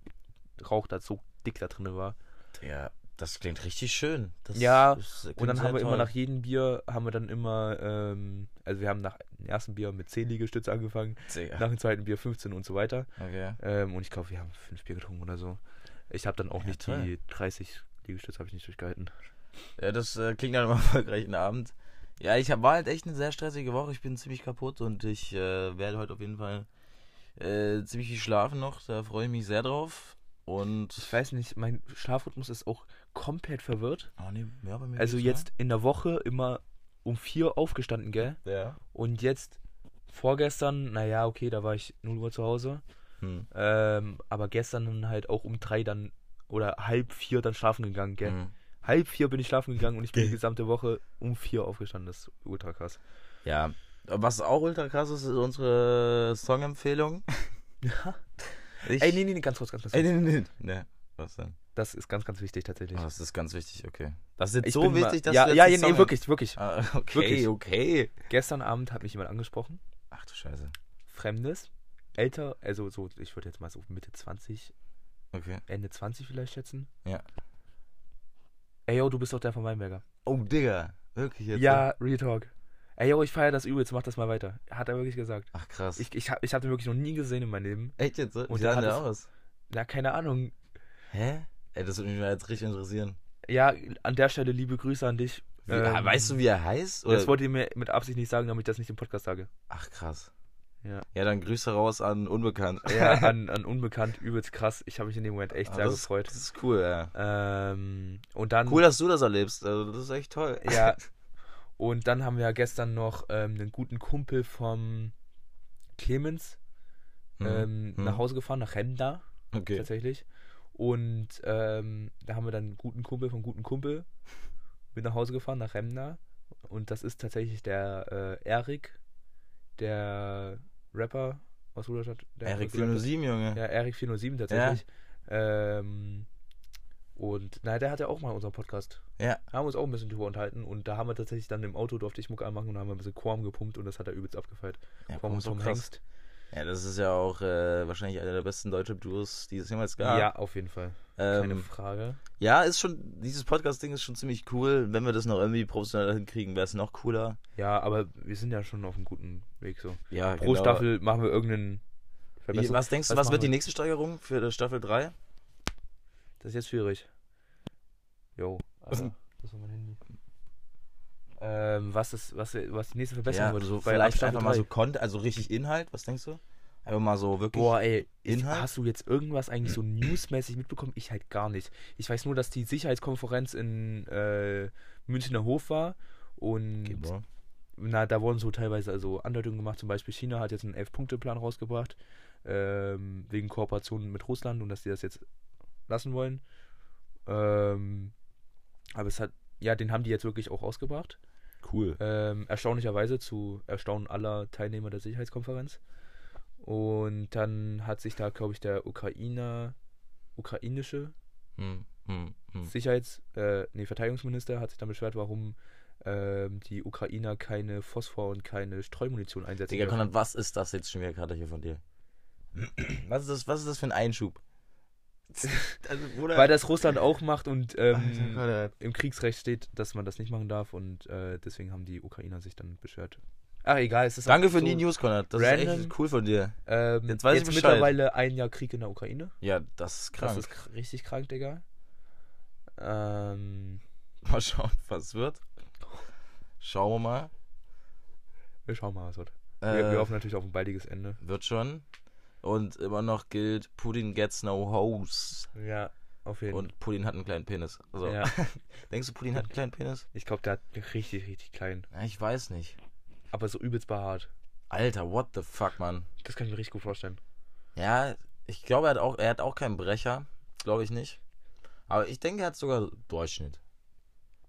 S4: Rauch da so dick da drin war.
S3: ja, das klingt richtig schön. Das
S4: Ja,
S3: ist- klingt
S4: und dann
S3: sehr
S4: haben wir immer
S3: toll.
S4: nach jedem Bier, haben wir dann immer, ähm, also wir haben nach dem ersten Bier mit 10 Liegestütze angefangen,
S3: Digga.
S4: nach dem zweiten Bier 15 und so weiter.
S3: Okay.
S4: Ähm, und ich glaube, wir haben 5 Bier getrunken oder so. Ich habe dann auch
S3: Ja,
S4: nicht
S3: toll.
S4: die 30 Liegestütze, habe ich nicht durchgehalten.
S3: Ja, das äh, klingt nach einem erfolgreichen Abend. Ja, ich hab, war halt echt eine sehr stressige Woche. Ich bin ziemlich kaputt und ich äh, werde heute auf jeden Fall äh, ziemlich viel schlafen noch. Da freue ich mich sehr drauf. Und.
S4: Ich weiß nicht, mein Schlafrhythmus ist auch komplett verwirrt.
S3: Oh, nee, ja, bei mir
S4: Also
S3: geht's,
S4: jetzt in der Woche immer um 4 aufgestanden, gell?
S3: ne? Ja.
S4: Und jetzt, vorgestern, naja, okay, da war ich 0 Uhr zu Hause.
S3: Hm.
S4: Ähm, aber gestern dann halt auch um drei dann oder halb vier dann schlafen gegangen, gell?
S3: Hm.
S4: Halb vier bin ich schlafen gegangen und ich bin die
S3: Gell.
S4: gesamte Woche um vier aufgestanden. Das ist ultra krass.
S3: Ja. Was auch ultra krass ist, ist unsere Songempfehlung. Ich,
S4: Ey, nee, nee, nee, ganz kurz, ganz kurz.
S3: Ey, nee, nee, nee. Nee, was denn?
S4: Das ist ganz, ganz wichtig tatsächlich.
S3: Oh, das ist ganz wichtig, okay. Das ist jetzt
S4: Ich
S3: so
S4: bin mal-
S3: wichtig, dass
S4: ja,
S3: du jetzt
S4: Ja,
S3: einen
S4: ja, nee,
S3: Song-
S4: wirklich, wirklich.
S3: Ah, okay,
S4: Wirklich.
S3: okay.
S4: Gestern Abend hat mich jemand angesprochen.
S3: Ach du Scheiße.
S4: Fremdes. Älter, also so, ich würde jetzt mal so Mitte 20,
S3: Okay.
S4: Ende 20 vielleicht schätzen.
S3: Ja.
S4: Ey, yo, du bist doch der von Weinberger.
S3: Oh, Digga. Wirklich jetzt? ne?
S4: Ja, Real Talk. Ey, yo, ich feiere das übelst, mach das mal weiter. Hat er wirklich gesagt.
S3: Ach krass.
S4: Ich, ich, hab, ich hab den wirklich noch nie gesehen in meinem Leben.
S3: Echt jetzt? ne?
S4: Und
S3: Wie
S4: der
S3: sah denn der
S4: hat
S3: aus?
S4: Na, keine Ahnung.
S3: Hä? Ey, das würde mich mal jetzt richtig interessieren.
S4: Ja, an der Stelle liebe Grüße an dich.
S3: Wie,
S4: Ähm,
S3: ah, weißt du, wie er heißt? Oder?
S4: Das wollte ich mir mit Absicht nicht sagen, damit ich das nicht im Podcast sage.
S3: Ach krass.
S4: Ja.
S3: Ja, dann Grüße raus an Unbekannt.
S4: Ja, an, an Unbekannt, übelst krass. Ich habe mich in dem Moment echt
S3: Ah,
S4: sehr
S3: das, ist-
S4: gefreut.
S3: das ist cool, ja.
S4: Ähm, und dann.
S3: Cool, dass du das erlebst. Also, das ist echt toll.
S4: Ja. Und dann haben wir ja gestern noch ähm, einen guten Kumpel vom Clemens
S3: Mhm.
S4: ähm,
S3: Mhm.
S4: nach Hause gefahren, nach Remda.
S3: Okay.
S4: tatsächlich. Und ähm, da haben wir dann einen guten Kumpel vom guten Kumpel mit nach Hause gefahren, nach Remna. Und das ist tatsächlich der äh, Erik, der Rapper aus Ruderstadt. der
S3: Erik
S4: gesagt hat-
S3: 407, Junge.
S4: Ja, Erik 407 tatsächlich. Ähm, und na, der hat ja auch mal unseren Podcast.
S3: Ja.
S4: Da haben wir uns auch ein bisschen drüber unterhalten und da haben wir tatsächlich dann im Auto durfte ich Muck anmachen und haben wir ein bisschen Quam gepumpt und das hat er übelst abgefeiert.
S3: Ja,
S4: Quam
S3: komm,
S4: und
S3: so
S4: Tom
S3: krass.
S4: Hengst.
S3: ja das ist ja auch äh, wahrscheinlich einer der besten deutschen Duos, die es jemals gab.
S4: Ja, auf jeden Fall. Keine
S3: ähm,
S4: Frage.
S3: ja ist schon, dieses Podcast-Ding ist schon ziemlich cool. Wenn wir das noch irgendwie professionell hinkriegen, wäre es noch cooler.
S4: Ja, aber wir sind ja schon auf einem guten Weg so.
S3: Ja, genau.
S4: Pro Staffel machen wir irgendeinen
S3: Wie,
S4: Verbesserung.
S3: was denkst du,
S4: genau. Was
S3: was, wird
S4: machen
S3: die
S4: wir?
S3: nächste Steigerung für äh, Staffel 3?
S4: Das ist jetzt schwierig. Jo. Alter, Das war mein Handy. Ähm, was ist, was, was die nächste Verbesserung
S3: Ja,
S4: wird?
S3: so
S4: Weil ab
S3: vielleicht
S4: Staffel
S3: einfach mal so
S4: drei-
S3: Content, also richtig Inhalt, was denkst du? Einfach mal so wirklich.
S4: Boah, ey, ich,
S3: Inhalt?
S4: hast du jetzt irgendwas eigentlich so newsmäßig mitbekommen? Ich halt gar nicht. Ich weiß nur, dass die Sicherheitskonferenz in äh, Münchner Hof war und
S3: Okay, Bro.
S4: na, da wurden so teilweise also Andeutungen gemacht, zum Beispiel China hat jetzt einen Elf-Punkte-Plan rausgebracht, ähm, wegen Kooperationen mit Russland und dass die das jetzt lassen wollen. Ähm, aber es hat, ja, den haben die jetzt wirklich auch rausgebracht.
S3: Cool.
S4: Ähm, erstaunlicherweise zu Erstaunen aller Teilnehmer der Sicherheitskonferenz. Und dann hat sich da, glaube ich, der Ukrainer, ukrainische
S3: Hm, hm,
S4: mhm.
S3: hm.
S4: Sicherheits-, äh, nee, Verteidigungsminister hat sich dann beschwert, warum ähm, die Ukrainer keine Phosphor und keine Streumunition einsetzen.
S3: Digga,
S4: dürfen.
S3: Konrad, was ist das jetzt schon wieder gerade hier von dir? Was ist das, was ist das für ein Einschub? also, Bruder.
S4: Weil das Russland auch macht und
S3: Alter,
S4: ähm,
S3: Konrad.
S4: im Kriegsrecht steht, dass man das nicht machen darf und äh, deswegen haben die Ukrainer sich dann beschwert. Ach, egal, es ist
S3: Danke
S4: auch
S3: für
S4: so,
S3: die News, Konrad. Das ist
S4: random.
S3: echt cool von dir.
S4: Ähm,
S3: Jetzt
S4: jetzt
S3: weiß ich Bescheid.
S4: mittlerweile ein Jahr Krieg in der Ukraine.
S3: Ja, das ist krank.
S4: Das ist kr- richtig krank, Digga. Ähm,
S3: mal schauen, was wird. Schauen wir mal.
S4: wir schauen mal, was wird. wir,
S3: Äh,
S4: wir hoffen natürlich auf ein baldiges Ende.
S3: wird schon. Und immer noch gilt, Putin gets no hoes.
S4: Ja, auf jeden Fall.
S3: Und Putin hat einen kleinen Penis. Also,
S4: Ja.
S3: Denkst du, Putin hat einen kleinen Penis?
S4: Ich glaube, der hat richtig, richtig klein.
S3: Ja, ich weiß nicht.
S4: aber so übelst behaart.
S3: Alter, what the fuck, Mann.
S4: Das kann ich mir richtig gut vorstellen.
S3: Ja, ich glaube, er hat auch, er hat auch keinen Brecher. Glaube ich nicht. Aber ich denke, er hat sogar Durchschnitt.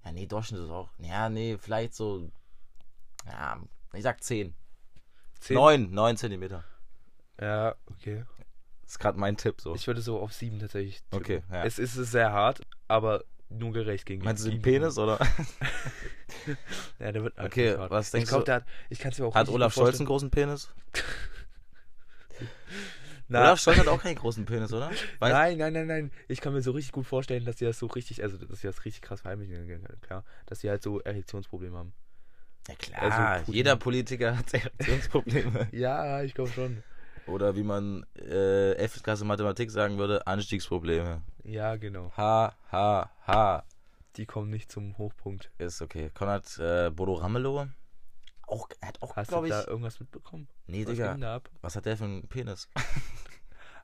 S3: Ja, nee, Durchschnitt ist auch. Ja, nee, vielleicht so. Ja, Ich sag 10.
S4: Zehn-
S3: 9, 9 Zentimeter.
S4: Ja, okay.
S3: Ist gerade mein Tipp so.
S4: Ich würde so auf sieben tatsächlich. tippen.
S3: Okay, ja.
S4: Es ist sehr hart, aber nur gerecht gegen
S3: Meinst du den
S4: gegen-
S3: Penis oder?
S4: Ja, der wird
S3: Okay,
S4: einfach hart.
S3: was
S4: ich
S3: denkst
S4: glaub,
S3: du-
S4: Der hat, ich kann es mir auch
S3: Hat
S4: richtig
S3: Olaf
S4: gut
S3: Scholz einen großen
S4: vorstellen.
S3: Penis?
S4: Na,
S3: Olaf Scholz hat auch keinen großen Penis, oder? Weil-
S4: Nein, nein, nein, nein. Ich kann mir so richtig gut vorstellen, dass die das so richtig, also dass die das richtig krass verheimlichen, klar. Dass die halt so Erektionsprobleme haben.
S3: Ja
S4: Also
S3: klar,
S4: Putin-
S3: jeder Politiker hat Erektionsprobleme.
S4: Ja, ich glaube schon.
S3: Oder wie man äh, 11. Klasse Mathematik sagen würde, Anstiegsprobleme.
S4: Ja, genau.
S3: Ha, ha, ha.
S4: Die kommen nicht zum Hochpunkt.
S3: Ist okay. Konrad äh, Bodo Ramelow. Auch, er hat auch,
S4: Hast
S3: glaube
S4: du
S3: ich.
S4: da irgendwas mitbekommen?
S3: nee,
S4: Was
S3: Digga.
S4: ging da ab?
S3: Was hat der für einen Penis?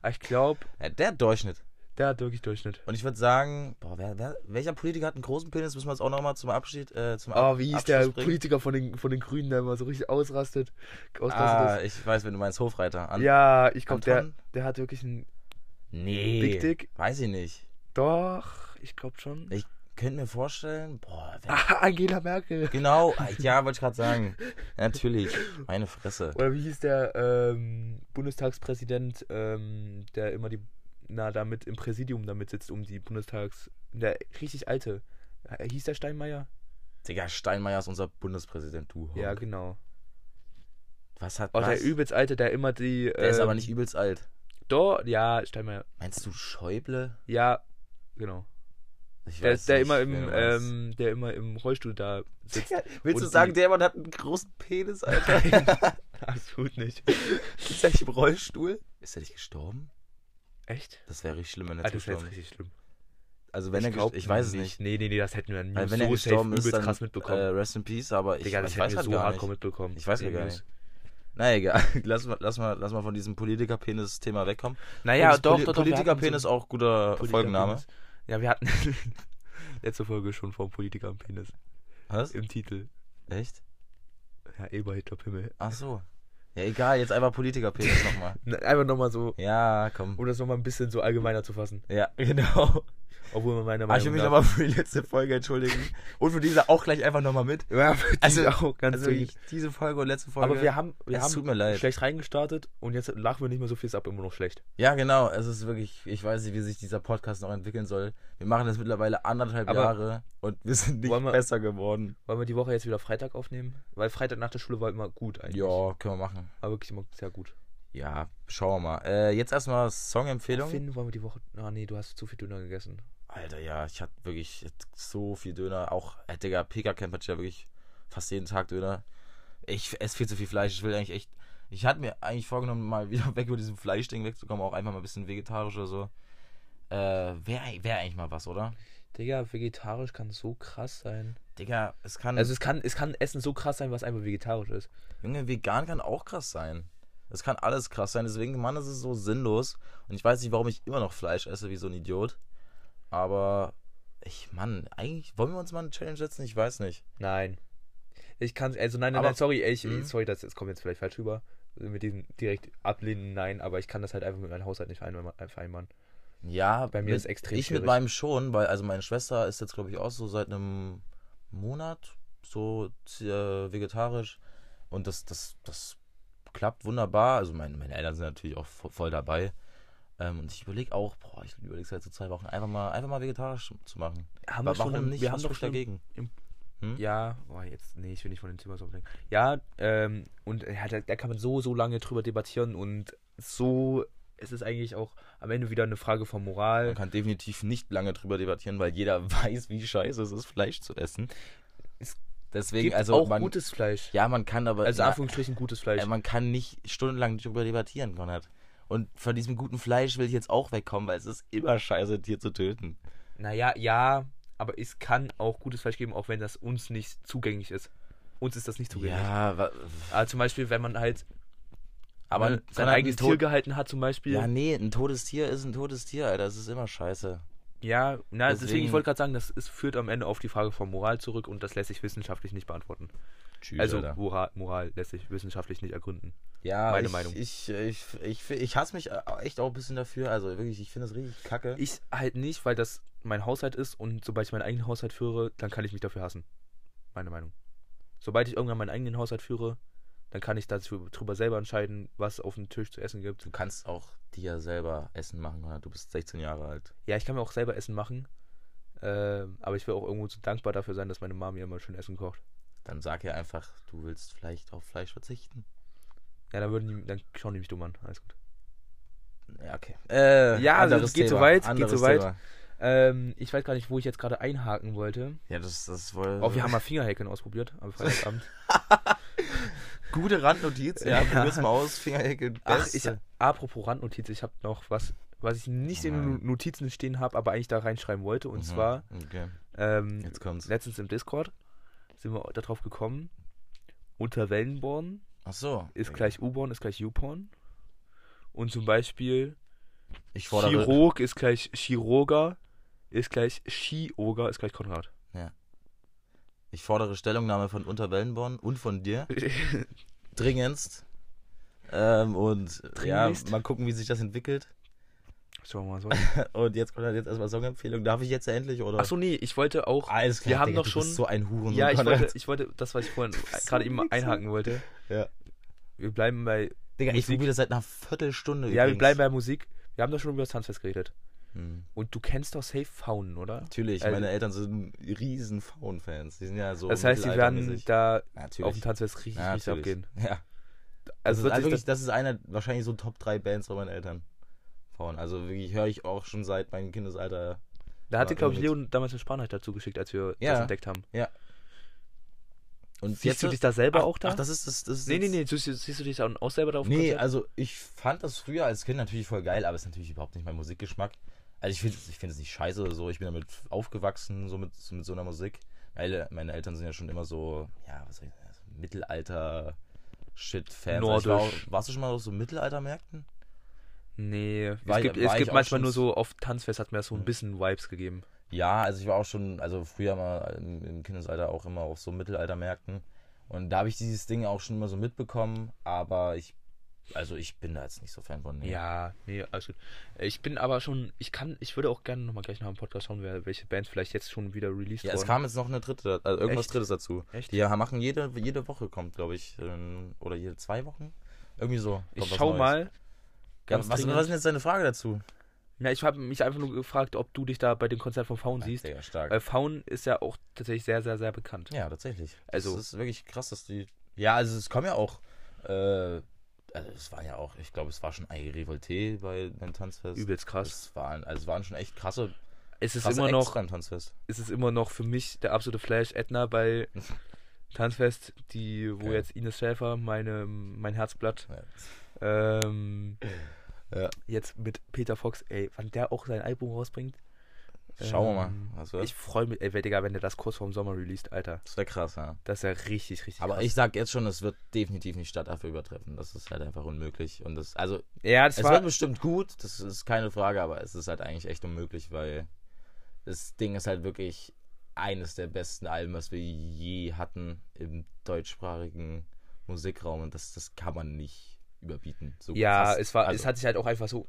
S4: Ah, Ich glaube,
S3: Ja, der hat Durchschnitt.
S4: der hat wirklich Durchschnitt.
S3: Und ich würde sagen, boah, wer, wer, welcher Politiker hat einen großen Penis? Müssen wir jetzt auch nochmal zum Abschied. Äh, zum
S4: Aber Ah, wie hieß der
S3: Abschluss bringen?
S4: Politiker von den, von den Grünen, der immer so richtig ausrastet?
S3: Ah,
S4: ausrastet
S3: ich weiß, wenn du meinst Hofreiter.
S4: ist?
S3: An
S4: ja, ich glaube, der,
S3: Anton?
S4: der hat wirklich einen.
S3: Nee.
S4: Big Dick?
S3: Weiß ich nicht.
S4: Doch, ich glaube schon.
S3: Ich könnte mir vorstellen, boah, wer,
S4: Ah, Angela Merkel.
S3: genau, ah, ja, wollte ich gerade sagen. Natürlich, meine Fresse.
S4: Oder wie hieß der ähm, Bundestagspräsident, ähm, der immer die, na, damit im Präsidium damit sitzt, um die Bundestags, der richtig alte. Äh, Hieß der Steinmeier?
S3: Digga, Steinmeier ist unser Bundespräsident, du. Honk.
S4: Ja, genau.
S3: Was hat
S4: Oh, der
S3: was?
S4: übelst alte, der immer die.
S3: der ist
S4: ähm,
S3: aber nicht übelst alt.
S4: Doch, ja, Steinmeier.
S3: Meinst du Schäuble?
S4: Ja, genau.
S3: Ich
S4: Der,
S3: weiß
S4: der
S3: nicht,
S4: immer
S3: wen
S4: im,
S3: du meinst.
S4: ähm, der immer im Rollstuhl da sitzt.
S3: Digga, Willst du
S4: und
S3: sagen,
S4: die-
S3: der Mann hat einen großen Penis, Alter?
S4: Absolut nicht.
S3: ist der nicht im Rollstuhl? Ist er nicht gestorben?
S4: Echt?
S3: Das wäre richtig schlimm, wenn er
S4: Alter, das wäre jetzt
S3: gestorben ist.
S4: richtig schlimm.
S3: Also wenn er
S4: glaub
S3: gestorben Ich weiß es nicht.
S4: Nee, nee, nee, das hätten wir nie
S3: Weil wenn
S4: so
S3: er gestorben
S4: safe
S3: ist,
S4: übelst
S3: dann
S4: krass mitbekommen.
S3: Äh, rest in peace, aber ich,
S4: Digga, das
S3: ich
S4: hätten
S3: weiß
S4: wir
S3: halt
S4: so
S3: gar
S4: hardcore
S3: nicht.
S4: mitbekommen.
S3: Ich weiß ja
S4: Die
S3: gar
S4: News.
S3: nicht. Na egal, lass mal, lass mal, lass mal von diesem Politiker-Penis-Thema wegkommen.
S4: Naja,
S3: Übrigens,
S4: doch,
S3: Poli-
S4: doch, doch, wir hatten
S3: Politiker-Penis
S4: so-
S3: auch guter
S4: Politiker
S3: Folgenname.
S4: Penis. Ja, wir hatten letzte Folge schon vom Politiker am Penis
S3: Was?
S4: im Titel.
S3: Echt?
S4: Ja, Eber Hitler Pimmel.
S3: Ach so. Ja, egal, jetzt einfach Politiker-Penis nochmal.
S4: Na, Einfach nochmal so,
S3: Ja, komm.
S4: um das nochmal ein bisschen so allgemeiner zu fassen.
S3: Ja, genau.
S4: Obwohl man meiner
S3: Aber Ah, ich will
S4: Meinung
S3: mich
S4: nach...
S3: nochmal für die letzte Folge entschuldigen. Und für diese auch gleich einfach nochmal mit.
S4: Ja, für die
S3: Also-
S4: auch ganz
S3: Also
S4: dringend.
S3: ich, diese Folge und letzte Folge.
S4: Aber wir haben, wir
S3: es
S4: haben
S3: tut mir leid.
S4: schlecht reingestartet und jetzt lachen wir nicht mehr so viel, ist ab immer noch schlecht.
S3: Ja, genau. Es ist wirklich, ich weiß nicht, wie sich dieser Podcast noch entwickeln soll. Wir machen das mittlerweile anderthalb
S4: Aber-
S3: Jahre und wir sind nicht
S4: Wollen wir-
S3: besser geworden.
S4: Wollen wir die Woche jetzt wieder Freitag aufnehmen? Weil Freitag nach der Schule war immer gut eigentlich.
S3: Ja, können wir machen.
S4: War wirklich immer sehr gut.
S3: Ja, schauen wir mal. Äh, jetzt erstmal Songempfehlung.
S4: Finn, wollen wir die Woche... Ah nee, du hast zu viel Döner gegessen.
S3: Alter, ja, ich hatte wirklich so viel Döner. Auch, äh, Digga, Pika-Camp hatte ich ja wirklich fast jeden Tag Döner. Ich esse viel zu viel Fleisch. Ich will eigentlich echt. Ich hatte mir eigentlich vorgenommen, mal wieder weg über diesem Fleischding wegzukommen. Auch einfach mal ein bisschen vegetarisch oder so. Äh, Wäre wär eigentlich mal was, oder?
S4: Digga, vegetarisch kann so krass sein.
S3: Digga, es kann.
S4: Also es kann, es kann Essen so krass sein, was einfach vegetarisch ist.
S3: Junge, vegan kann auch krass sein. Es kann alles krass sein. Deswegen, Mann, das ist so sinnlos. Und ich weiß nicht, warum ich immer noch Fleisch esse wie so ein Idiot. Aber ich, Mann, eigentlich wollen wir uns mal eine Challenge setzen? Ich weiß nicht.
S4: Nein. Ich kann, also nein, nein,
S3: Aber-
S4: nein sorry, ey, ich,
S3: Mhm.
S4: sorry, das, das kommt jetzt vielleicht falsch rüber. Mit diesem direkt ablehnen, nein, aber ich kann das halt einfach mit meinem Haushalt nicht vereinbar- vereinbaren.
S3: Ja,
S4: Bei mir
S3: mit,
S4: ist extrem
S3: Ich
S4: schwierig.
S3: mit meinem schon, weil also meine Schwester ist jetzt, glaube ich, auch so seit einem Monat so äh, vegetarisch. Und das, das, das klappt wunderbar. Also meine, meine Eltern sind natürlich auch vo- voll dabei. Ähm, und ich überlege auch, boah, ich überlege seit so zwei Wochen, einfach mal, einfach mal vegetarisch zu machen.
S4: Haben
S3: Wa- warum
S4: im-
S3: nicht?
S4: Wir
S3: Was
S4: haben doch
S3: spricht
S4: schon im-
S3: dagegen? Hm?
S4: Ja, boah, jetzt, nee, ich will nicht von dem Thema so ablenken. Ja, ähm, und ja, da, da kann man so, so lange drüber debattieren und so, es ist eigentlich auch am Ende wieder eine Frage von Moral.
S3: Man kann definitiv nicht lange drüber debattieren, weil jeder weiß, wie scheiße es ist, Fleisch zu essen.
S4: Es
S3: Deswegen,
S4: Gibt
S3: also
S4: auch
S3: man,
S4: gutes Fleisch.
S3: ja, man kann aber,
S4: also, in
S3: ja,
S4: Anführungsstrichen, gutes Fleisch.
S3: äh, man kann nicht stundenlang drüber debattieren, Konrad. Und von diesem guten Fleisch will ich jetzt auch wegkommen, weil es ist immer scheiße, ein Tier zu töten.
S4: Naja, ja, aber es kann auch gutes Fleisch geben, auch wenn das uns nicht zugänglich ist. Uns ist das nicht zugänglich.
S3: Ja, wa-
S4: Aber zum Beispiel, wenn man halt
S3: aber
S4: ne,
S3: ein-
S4: sein
S3: Konrad,
S4: eigenes
S3: ein
S4: Tier
S3: Tod-
S4: gehalten hat, zum Beispiel.
S3: Ja,
S4: Ja,
S3: nee, ein totes Tier ist ein totes Tier, Alter. Das ist immer scheiße.
S4: na, deswegen,
S3: Deswegen-
S4: ich wollte gerade sagen, das ist, führt am Ende auf die Frage von Moral zurück und das lässt sich wissenschaftlich nicht beantworten.
S3: Tschüss,
S4: also, Moral, Moral lässt sich wissenschaftlich nicht ergründen.
S3: Ja,
S4: Meine
S3: ich,
S4: Meinung.
S3: Ich, ich, ich, ich, ich hasse mich echt auch ein bisschen dafür. Also wirklich, ich finde das richtig kacke.
S4: Ich halt nicht, weil das mein Haushalt ist und sobald ich meinen eigenen Haushalt führe, dann kann ich mich dafür hassen. Meine Meinung. Sobald ich irgendwann meinen eigenen Haushalt führe, Dann kann ich dazu drüber selber entscheiden, was auf dem Tisch zu essen gibt.
S3: Du kannst auch dir selber Essen machen, oder? Du bist 16 Jahre alt.
S4: Ja, ich kann mir auch selber Essen machen. Ähm, aber ich will auch irgendwo so dankbar dafür sein, dass meine Mama mir immer schön Essen kocht.
S3: Dann sag ihr einfach, du willst vielleicht auf Fleisch verzichten.
S4: Ja, dann würden die, dann schauen die mich dumm an. Alles gut.
S3: Ja, okay. Äh,
S4: Ja, also
S3: anderes
S4: es geht so
S3: Thema,
S4: weit, geht
S3: anderes
S4: so weit.
S3: Thema.
S4: Ähm, ich weiß gar nicht, wo ich jetzt gerade einhaken wollte.
S3: Ja, das, das wohl.
S4: Oh, wir haben mal Fingerhäkeln ausprobiert am Freitagabend.
S3: gute Randnotiz.
S4: Ja.
S3: Ja, probier's mal aus. Fingerhecke.
S4: Ach, ich, apropos Randnotiz, ich habe noch was, was ich nicht in den
S3: Nein.
S4: No- Notizen stehen habe, aber eigentlich da reinschreiben wollte. Und zwar,
S3: Mhm. Okay,
S4: ähm,
S3: jetzt kommt's.
S4: letztens im Discord sind wir darauf gekommen, unter Wellenborn
S3: Ach so.
S4: ist gleich U-Born, ist gleich U-Porn. Und zum Beispiel
S3: Ich fordere.
S4: Chirurg ist gleich Chiroga, ist gleich Chioga, ist gleich Konrad.
S3: Ich fordere Stellungnahme von Unterwellenborn und von dir. Dringendst. Ähm, und
S4: Dringendst.
S3: ja, mal gucken, wie sich das entwickelt.
S4: Schauen wir mal so.
S3: Und jetzt kommt halt jetzt erstmal Songempfehlung. Darf ich jetzt ja endlich, oder?
S4: Achso, nee, ich wollte auch.
S3: Alles klar,
S4: Wir haben
S3: Digga,
S4: noch
S3: du
S4: schon-
S3: Bist so ein Huren.
S4: Ja, ich
S3: Konrad.
S4: wollte, ich wollte das, was ich vorhin
S3: bist so
S4: gerade eben
S3: ein Wichser.
S4: einhaken wollte.
S3: Ja.
S4: Wir bleiben bei
S3: Digga, ich
S4: Musik-
S3: probiere das seit einer Viertelstunde.
S4: Ja, wir
S3: übrigens.
S4: bleiben bei Musik. Wir haben doch schon über das Tanzfest geredet.
S3: Hm.
S4: Und du kennst doch Safe Faunen, oder?
S3: Natürlich,
S4: Also-
S3: meine Eltern sind riesen Faun-Fans. Die sind ja so.
S4: Das heißt, die werden
S3: mittelaltermäßig.
S4: da auf dem
S3: Natürlich.
S4: Tanzfest richtig, richtig
S3: Natürlich.
S4: abgehen.
S3: Ja.
S4: Also,
S3: das, ist
S4: wirklich,
S3: wirklich, das ist einer, wahrscheinlich so Top 3 Bands von meinen Eltern. Frauen. Also wirklich höre ich auch schon seit meinem Kindesalter.
S4: da hatte,
S3: war
S4: glaube ich,
S3: irgendwie-
S4: Leon damals eine Sprachnachricht dazu geschickt, als wir das
S3: Ja.
S4: entdeckt haben.
S3: Und
S4: Siehst
S3: jetzt
S4: du dich da selber auch da?
S3: Ach, das ist das. das ist
S4: nee, nee,
S3: jetzt-
S4: nee, du, siehst- siehst du dich da auch selber drauf?
S3: Nee, also ich fand das früher als Kind natürlich voll geil, aber es ist natürlich überhaupt nicht mein Musikgeschmack. Also ich finde ich find es nicht scheiße oder so. Ich bin damit aufgewachsen, so mit, mit so einer Musik. Meine, meine Eltern sind ja schon immer so, ja, was soll ich sagen, so Mittelalter-Shit-Fans. Also ich war
S4: Nordisch.
S3: auch- Warst du schon mal auf so Mittelaltermärkten?
S4: nee.
S3: War-
S4: es gibt,
S3: war
S4: es
S3: ich
S4: gibt
S3: auch
S4: manchmal
S3: schon
S4: nur
S3: so-
S4: so, auf Tanzfest hat mir das so ein bisschen Vibes gegeben.
S3: Ja, also ich war auch schon, also früher mal im, im Kindesalter auch immer auf so Mittelaltermärkten. Und da habe ich dieses Ding auch schon immer so mitbekommen, aber ich, also ich bin da jetzt nicht so Fan von. nee.
S4: Ja, nee, alles gut. Ich bin aber schon, ich kann, ich würde auch gerne nochmal gleich nach dem Podcast schauen, wer- welche Bands vielleicht jetzt schon wieder released
S3: Ja,
S4: wurden.
S3: es kam jetzt noch eine dritte, also irgendwas
S4: Echt?
S3: drittes dazu.
S4: Echt?
S3: Die haben- machen jede, jede Woche kommt, glaube ich, ähm, oder jede zwei Wochen. Irgendwie so. kommt
S4: ich
S3: was
S4: schau
S3: Neues.
S4: mal.
S3: Ja,
S4: ganz
S3: was, was ist
S4: dringend.
S3: denn jetzt deine Frage dazu?
S4: Na, ich habe mich einfach nur gefragt, ob du dich da bei dem Konzert von Faun siehst. Äh,
S3: Sehr stark.
S4: Weil Faun ist ja auch tatsächlich sehr, sehr, sehr bekannt.
S3: Ja, tatsächlich.
S4: Also-
S3: Das ist wirklich krass, dass die. Ja, also es kommen ja auch. Äh, also es war ja auch, ich glaube, es war schon eine Revolte bei einem Tanzfest.
S4: Übelst krass.
S3: Es waren, also es waren schon echt krasse,
S4: Es ist
S3: krasse
S4: immer noch,
S3: Acts beim Tanzfest.
S4: es ist immer noch für mich der absolute Flash Edna bei Tanzfest, die, wo
S3: Geil.
S4: jetzt Ines Schäfer, meine, mein Herzblatt,
S3: Ja.
S4: ähm,
S3: Ja.
S4: jetzt mit Peter Fox, ey, wann der auch sein Album rausbringt.
S3: Schauen wir mal,
S4: Ähm,
S3: was wird.
S4: Ich freue mich, ey, wär, Digga, wenn der das kurz vorm Sommer released, Alter.
S3: Das wäre krass, ja.
S4: Das ist ja richtig, richtig
S3: Aber
S4: krass.
S3: ich sag jetzt schon, es wird definitiv nicht Stadtaffe übertreffen. Das ist halt einfach unmöglich. Und das, also
S4: Ja, das
S3: es
S4: war,
S3: wird bestimmt gut, das ist keine Frage, aber es ist halt eigentlich echt unmöglich, weil das Ding ist halt wirklich eines der besten Alben, was wir je hatten im deutschsprachigen Musikraum und das, das kann man nicht überbieten. So
S4: ja,
S3: krass.
S4: es war,
S3: Also,
S4: es hat sich halt auch einfach so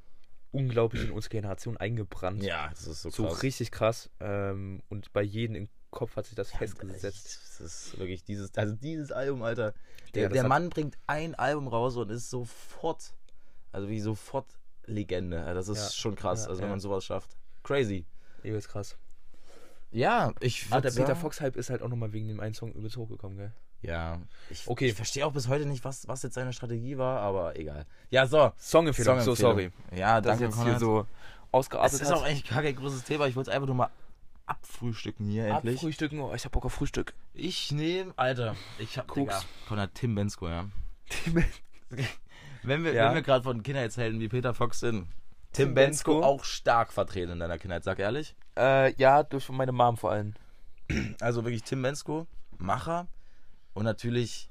S4: unglaublich in unsere Generation eingebrannt.
S3: ja, das ist so
S4: so
S3: krass.
S4: richtig krass. Ähm, und bei jedem im Kopf hat sich das festgesetzt.
S3: Das ist wirklich dieses, also dieses Album, Alter. Der,
S4: Digga, das
S3: der
S4: hat-
S3: Mann bringt ein Album raus und ist sofort, also wie sofort Legende. Also Das ist
S4: Ja,
S3: schon krass,
S4: ja,
S3: also wenn
S4: ja.
S3: man sowas schafft. Crazy.
S4: Übelst krass.
S3: Ja, ich
S4: Ah, der
S3: würd
S4: Peter
S3: sagen-
S4: Fox-Hype ist halt auch nochmal wegen dem einen Song übelst hochgekommen, gell?
S3: Ja. Ich,
S4: Okay.
S3: ich verstehe auch bis heute nicht, was, was jetzt seine Strategie war, aber egal. Ja, so.
S4: Songempfehlung, so sorry.
S3: Songempfehlung. Ja,
S4: Das
S3: danke,
S4: jetzt hier
S3: Konrad.
S4: so
S3: das
S4: ausgeartet
S3: ist auch eigentlich gar kein großes Thema. Ich wollte es einfach nur mal abfrühstücken hier endlich.
S4: Frühstücken, oh, ich hab Bock auf Frühstück.
S3: ich nehme, Alter, ich hab,
S4: Koks.
S3: Digga, Konrad Tim Bensko, ja. Wenn wir,
S4: Ja.
S3: wenn wir gerade von Kindheitshelden wie Peter Fox sind. Tim,
S4: Tim
S3: Bensko,
S4: Bensko?
S3: auch stark vertreten in deiner Kindheit, sag ehrlich.
S4: äh, ja, durch meine Mom vor allem.
S3: Also wirklich Tim Bensko, Macher. Und natürlich,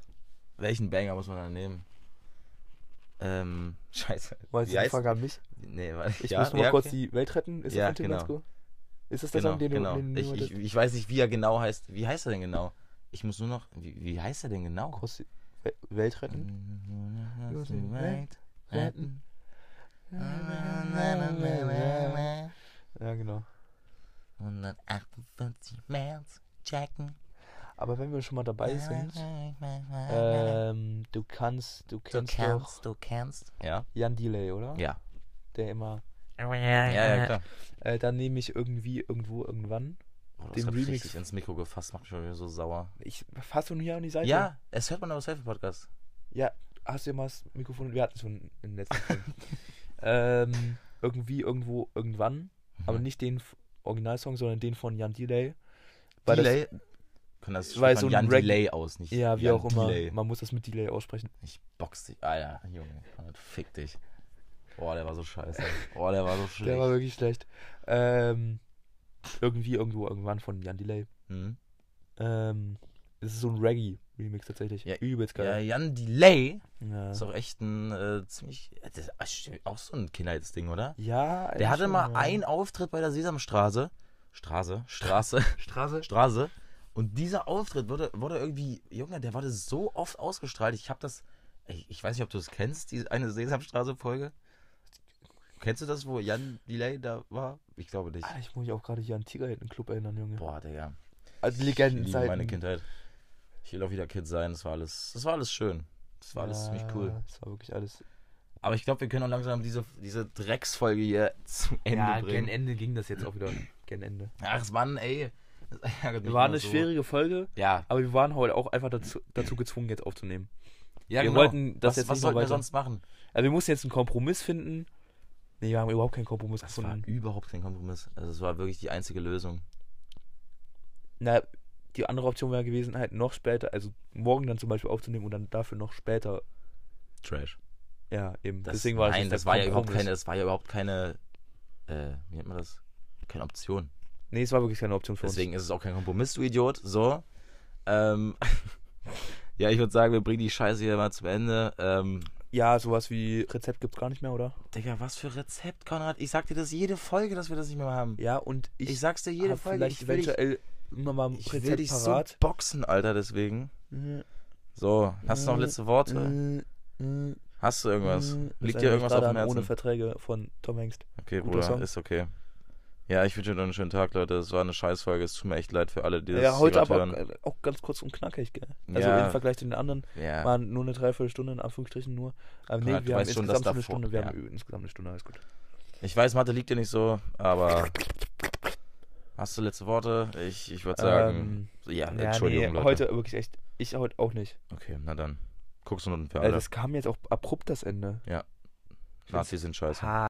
S3: welchen Banger muss man dann nehmen? Ähm, scheiße.
S4: Wolltest
S3: Wie
S4: du die
S3: heißt-
S4: Frage an mich?
S3: Nee, warte.
S4: Ich
S3: ja,
S4: muss nur mal
S3: ja,
S4: kurz
S3: okay.
S4: die Welt retten. Ist
S3: Ja,
S4: das von Tim
S3: genau.
S4: Bensko? Ist das der
S3: genau,
S4: Song, den
S3: genau.
S4: du, den du
S3: ich, ich,
S4: hattest?
S3: ich weiß nicht, wie er genau heißt. Wie heißt er denn genau? Ich muss nur noch. Wie, wie heißt er denn genau?
S4: Kurz die Wel- Welt retten?
S3: Mhm.
S4: Ja, genau.
S3: 148 März checken.
S4: Aber wenn wir schon mal dabei sind, ähm, du kannst, du
S3: du
S4: kennst doch
S3: kannst, Äh, du kannst. Ja?
S4: Jan Delay, oder?
S3: Ja.
S4: Der immer,
S3: Ja, ja, klar.
S4: äh, dann nehme ich irgendwie, irgendwo, irgendwann.
S3: Oh, das
S4: Den
S3: hab ich
S4: Remix-
S3: richtig ins Mikro gefasst, macht mich schon wieder so sauer.
S4: Ich, hast du ihn hier an die Seite?
S3: Ja, es hört man aber selber Podcast.
S4: Ja, hast du ja mal das Mikrofon, wir hatten schon im letzten Film. ähm, irgendwie, irgendwo, irgendwann,
S3: Mhm.
S4: aber nicht den F- Originalsong, sondern den von Jan Delay. Weil das-
S3: Delay. Können das
S4: Weil
S3: spricht
S4: so
S3: man
S4: ein
S3: Jan
S4: Reg-
S3: Delay aus, nicht
S4: Ja, wie
S3: Jan
S4: auch immer.
S3: Delay.
S4: Man muss das mit Delay aussprechen.
S3: Ich box dich. Alter, Junge, Konrad, fick dich. Boah, der war so scheiße. Boah, der war so schlecht.
S4: Der war wirklich schlecht. Ähm, irgendwie, irgendwo, irgendwann von Jan Delay.
S3: Hm?
S4: Ähm, es ist so ein Reggae-Remix tatsächlich.
S3: Ja,
S4: Übelst
S3: Ja,
S4: geil.
S3: Jan Delay
S4: Ja,
S3: ist
S4: ja.
S3: auch echt ein äh, ziemlich. Das ist auch so ein Kindheitsding, oder?
S4: eigentlich
S3: Der hatte
S4: schon,
S3: mal
S4: ja.
S3: einen Auftritt bei der Sesamstraße. Straße, Straße,
S4: Straße.
S3: Straße. Und dieser Auftritt wurde, wurde irgendwie, Junge, der wurde so oft ausgestrahlt. Ich habe das, ich, ich weiß nicht, ob du es kennst, diese eine Sesamstraße-Folge. Kennst du das, wo Jan Delay da war? Ich glaube nicht.
S4: Ah, ich muss mich auch gerade hier an Tigerhitten-Club erinnern, Junge.
S3: Boah, Digga.
S4: also
S3: Ich
S4: Legendenzeiten.
S3: liebe meine Kindheit. Ich will auch wieder Kind sein. Das war alles, das war alles schön. Das war alles ziemlich cool.
S4: Ja, Das war wirklich alles
S3: Aber ich glaube, wir können auch langsam diese, diese Drecksfolge hier zu Ende
S4: Ja,
S3: bringen.
S4: Ende ging das jetzt auch wieder. Gen Ende.
S3: Ach Mann, ey. Das ärgert mich
S4: War
S3: immer
S4: eine
S3: so.
S4: schwierige Folge,
S3: Ja,
S4: aber wir waren heute auch einfach dazu, dazu gezwungen, jetzt aufzunehmen.
S3: ja
S4: Wir
S3: genau.
S4: wollten das
S3: was,
S4: jetzt
S3: was
S4: nicht
S3: sollten
S4: noch
S3: wir
S4: weiter-
S3: sonst machen?
S4: Also wir mussten jetzt einen Kompromiss finden. Nee, wir haben überhaupt keinen Kompromiss
S3: Das war
S4: gefunden.
S3: überhaupt kein Kompromiss. Also es war wirklich die einzige Lösung.
S4: Na, die andere Option wäre gewesen, halt noch später, also morgen dann zum Beispiel aufzunehmen und dann dafür noch später.
S3: Trash.
S4: Ja, eben.
S3: Das,
S4: Deswegen war
S3: nein,
S4: jetzt
S3: das
S4: der
S3: war ja überhaupt
S4: Kompromiss.
S3: keine, das war ja überhaupt keine, äh, wie nennt man das? Keine Option.
S4: Nee, es war wirklich keine Option für
S3: Deswegen ist es auch kein Kompromiss, du Idiot. So. Ähm, ja, ich würde sagen, wir bringen die Scheiße hier mal zum Ende. Ähm,
S4: uns. Ja, sowas wie Rezept gibt's gar nicht mehr, oder?
S3: Digga, was für Rezept, Konrad. Ich sag dir das jede Folge, dass wir das nicht mehr haben.
S4: Ja, und ich,
S3: Ich, sag's dir jede
S4: hab
S3: Folge.
S4: vielleicht
S3: Ich will, dich,
S4: eventuell immer mal ein
S3: ich will
S4: Rezept
S3: dich so
S4: halt
S3: Äh,
S4: parat.
S3: boxen, Alter, deswegen.
S4: Mhm.
S3: So, hast du
S4: Mm,
S3: noch letzte Worte? äh,
S4: Mhm.
S3: Hast du irgendwas?
S4: Mhm.
S3: Liegt
S4: Das
S3: dir
S4: erinnert mich
S3: irgendwas auf
S4: gerade
S3: dem
S4: an Ohne
S3: Herzen?
S4: Verträge von Tom Hengst.
S3: Okay,
S4: Guter
S3: Bruder,
S4: Song.
S3: ist okay. Ja, ich wünsche dir noch einen schönen Tag, Leute. Es war eine Scheißfolge. Es tut mir echt leid für alle, die das
S4: ja, heute
S3: hier gerade
S4: aber äh,
S3: hören.
S4: auch, auch ganz kurz und knackig, gell? Also
S3: Ja.
S4: im Vergleich zu den anderen
S3: Ja.
S4: waren nur eine Dreiviertelstunde, in Anführungsstrichen nur. Aber nee,
S3: Klar, du
S4: wir haben
S3: weißt schon, dass
S4: insgesamt schon eine
S3: davor-
S4: Stunde. Wir
S3: ja.
S4: haben äh, insgesamt eine Stunde, alles gut.
S3: Ich weiß, Mathe liegt dir nicht so, aber. Hast du letzte Worte? Ich, ich würde sagen. ja,
S4: Ähm, ja,
S3: Entschuldigung,
S4: nee,
S3: Leute.
S4: heute wirklich echt, ich heute auch nicht.
S3: Okay, na dann. Guckst du nur für
S4: Äh,
S3: alle.
S4: das kam jetzt auch abrupt, das Ende.
S3: Nazis sind scheiße.
S4: Ha,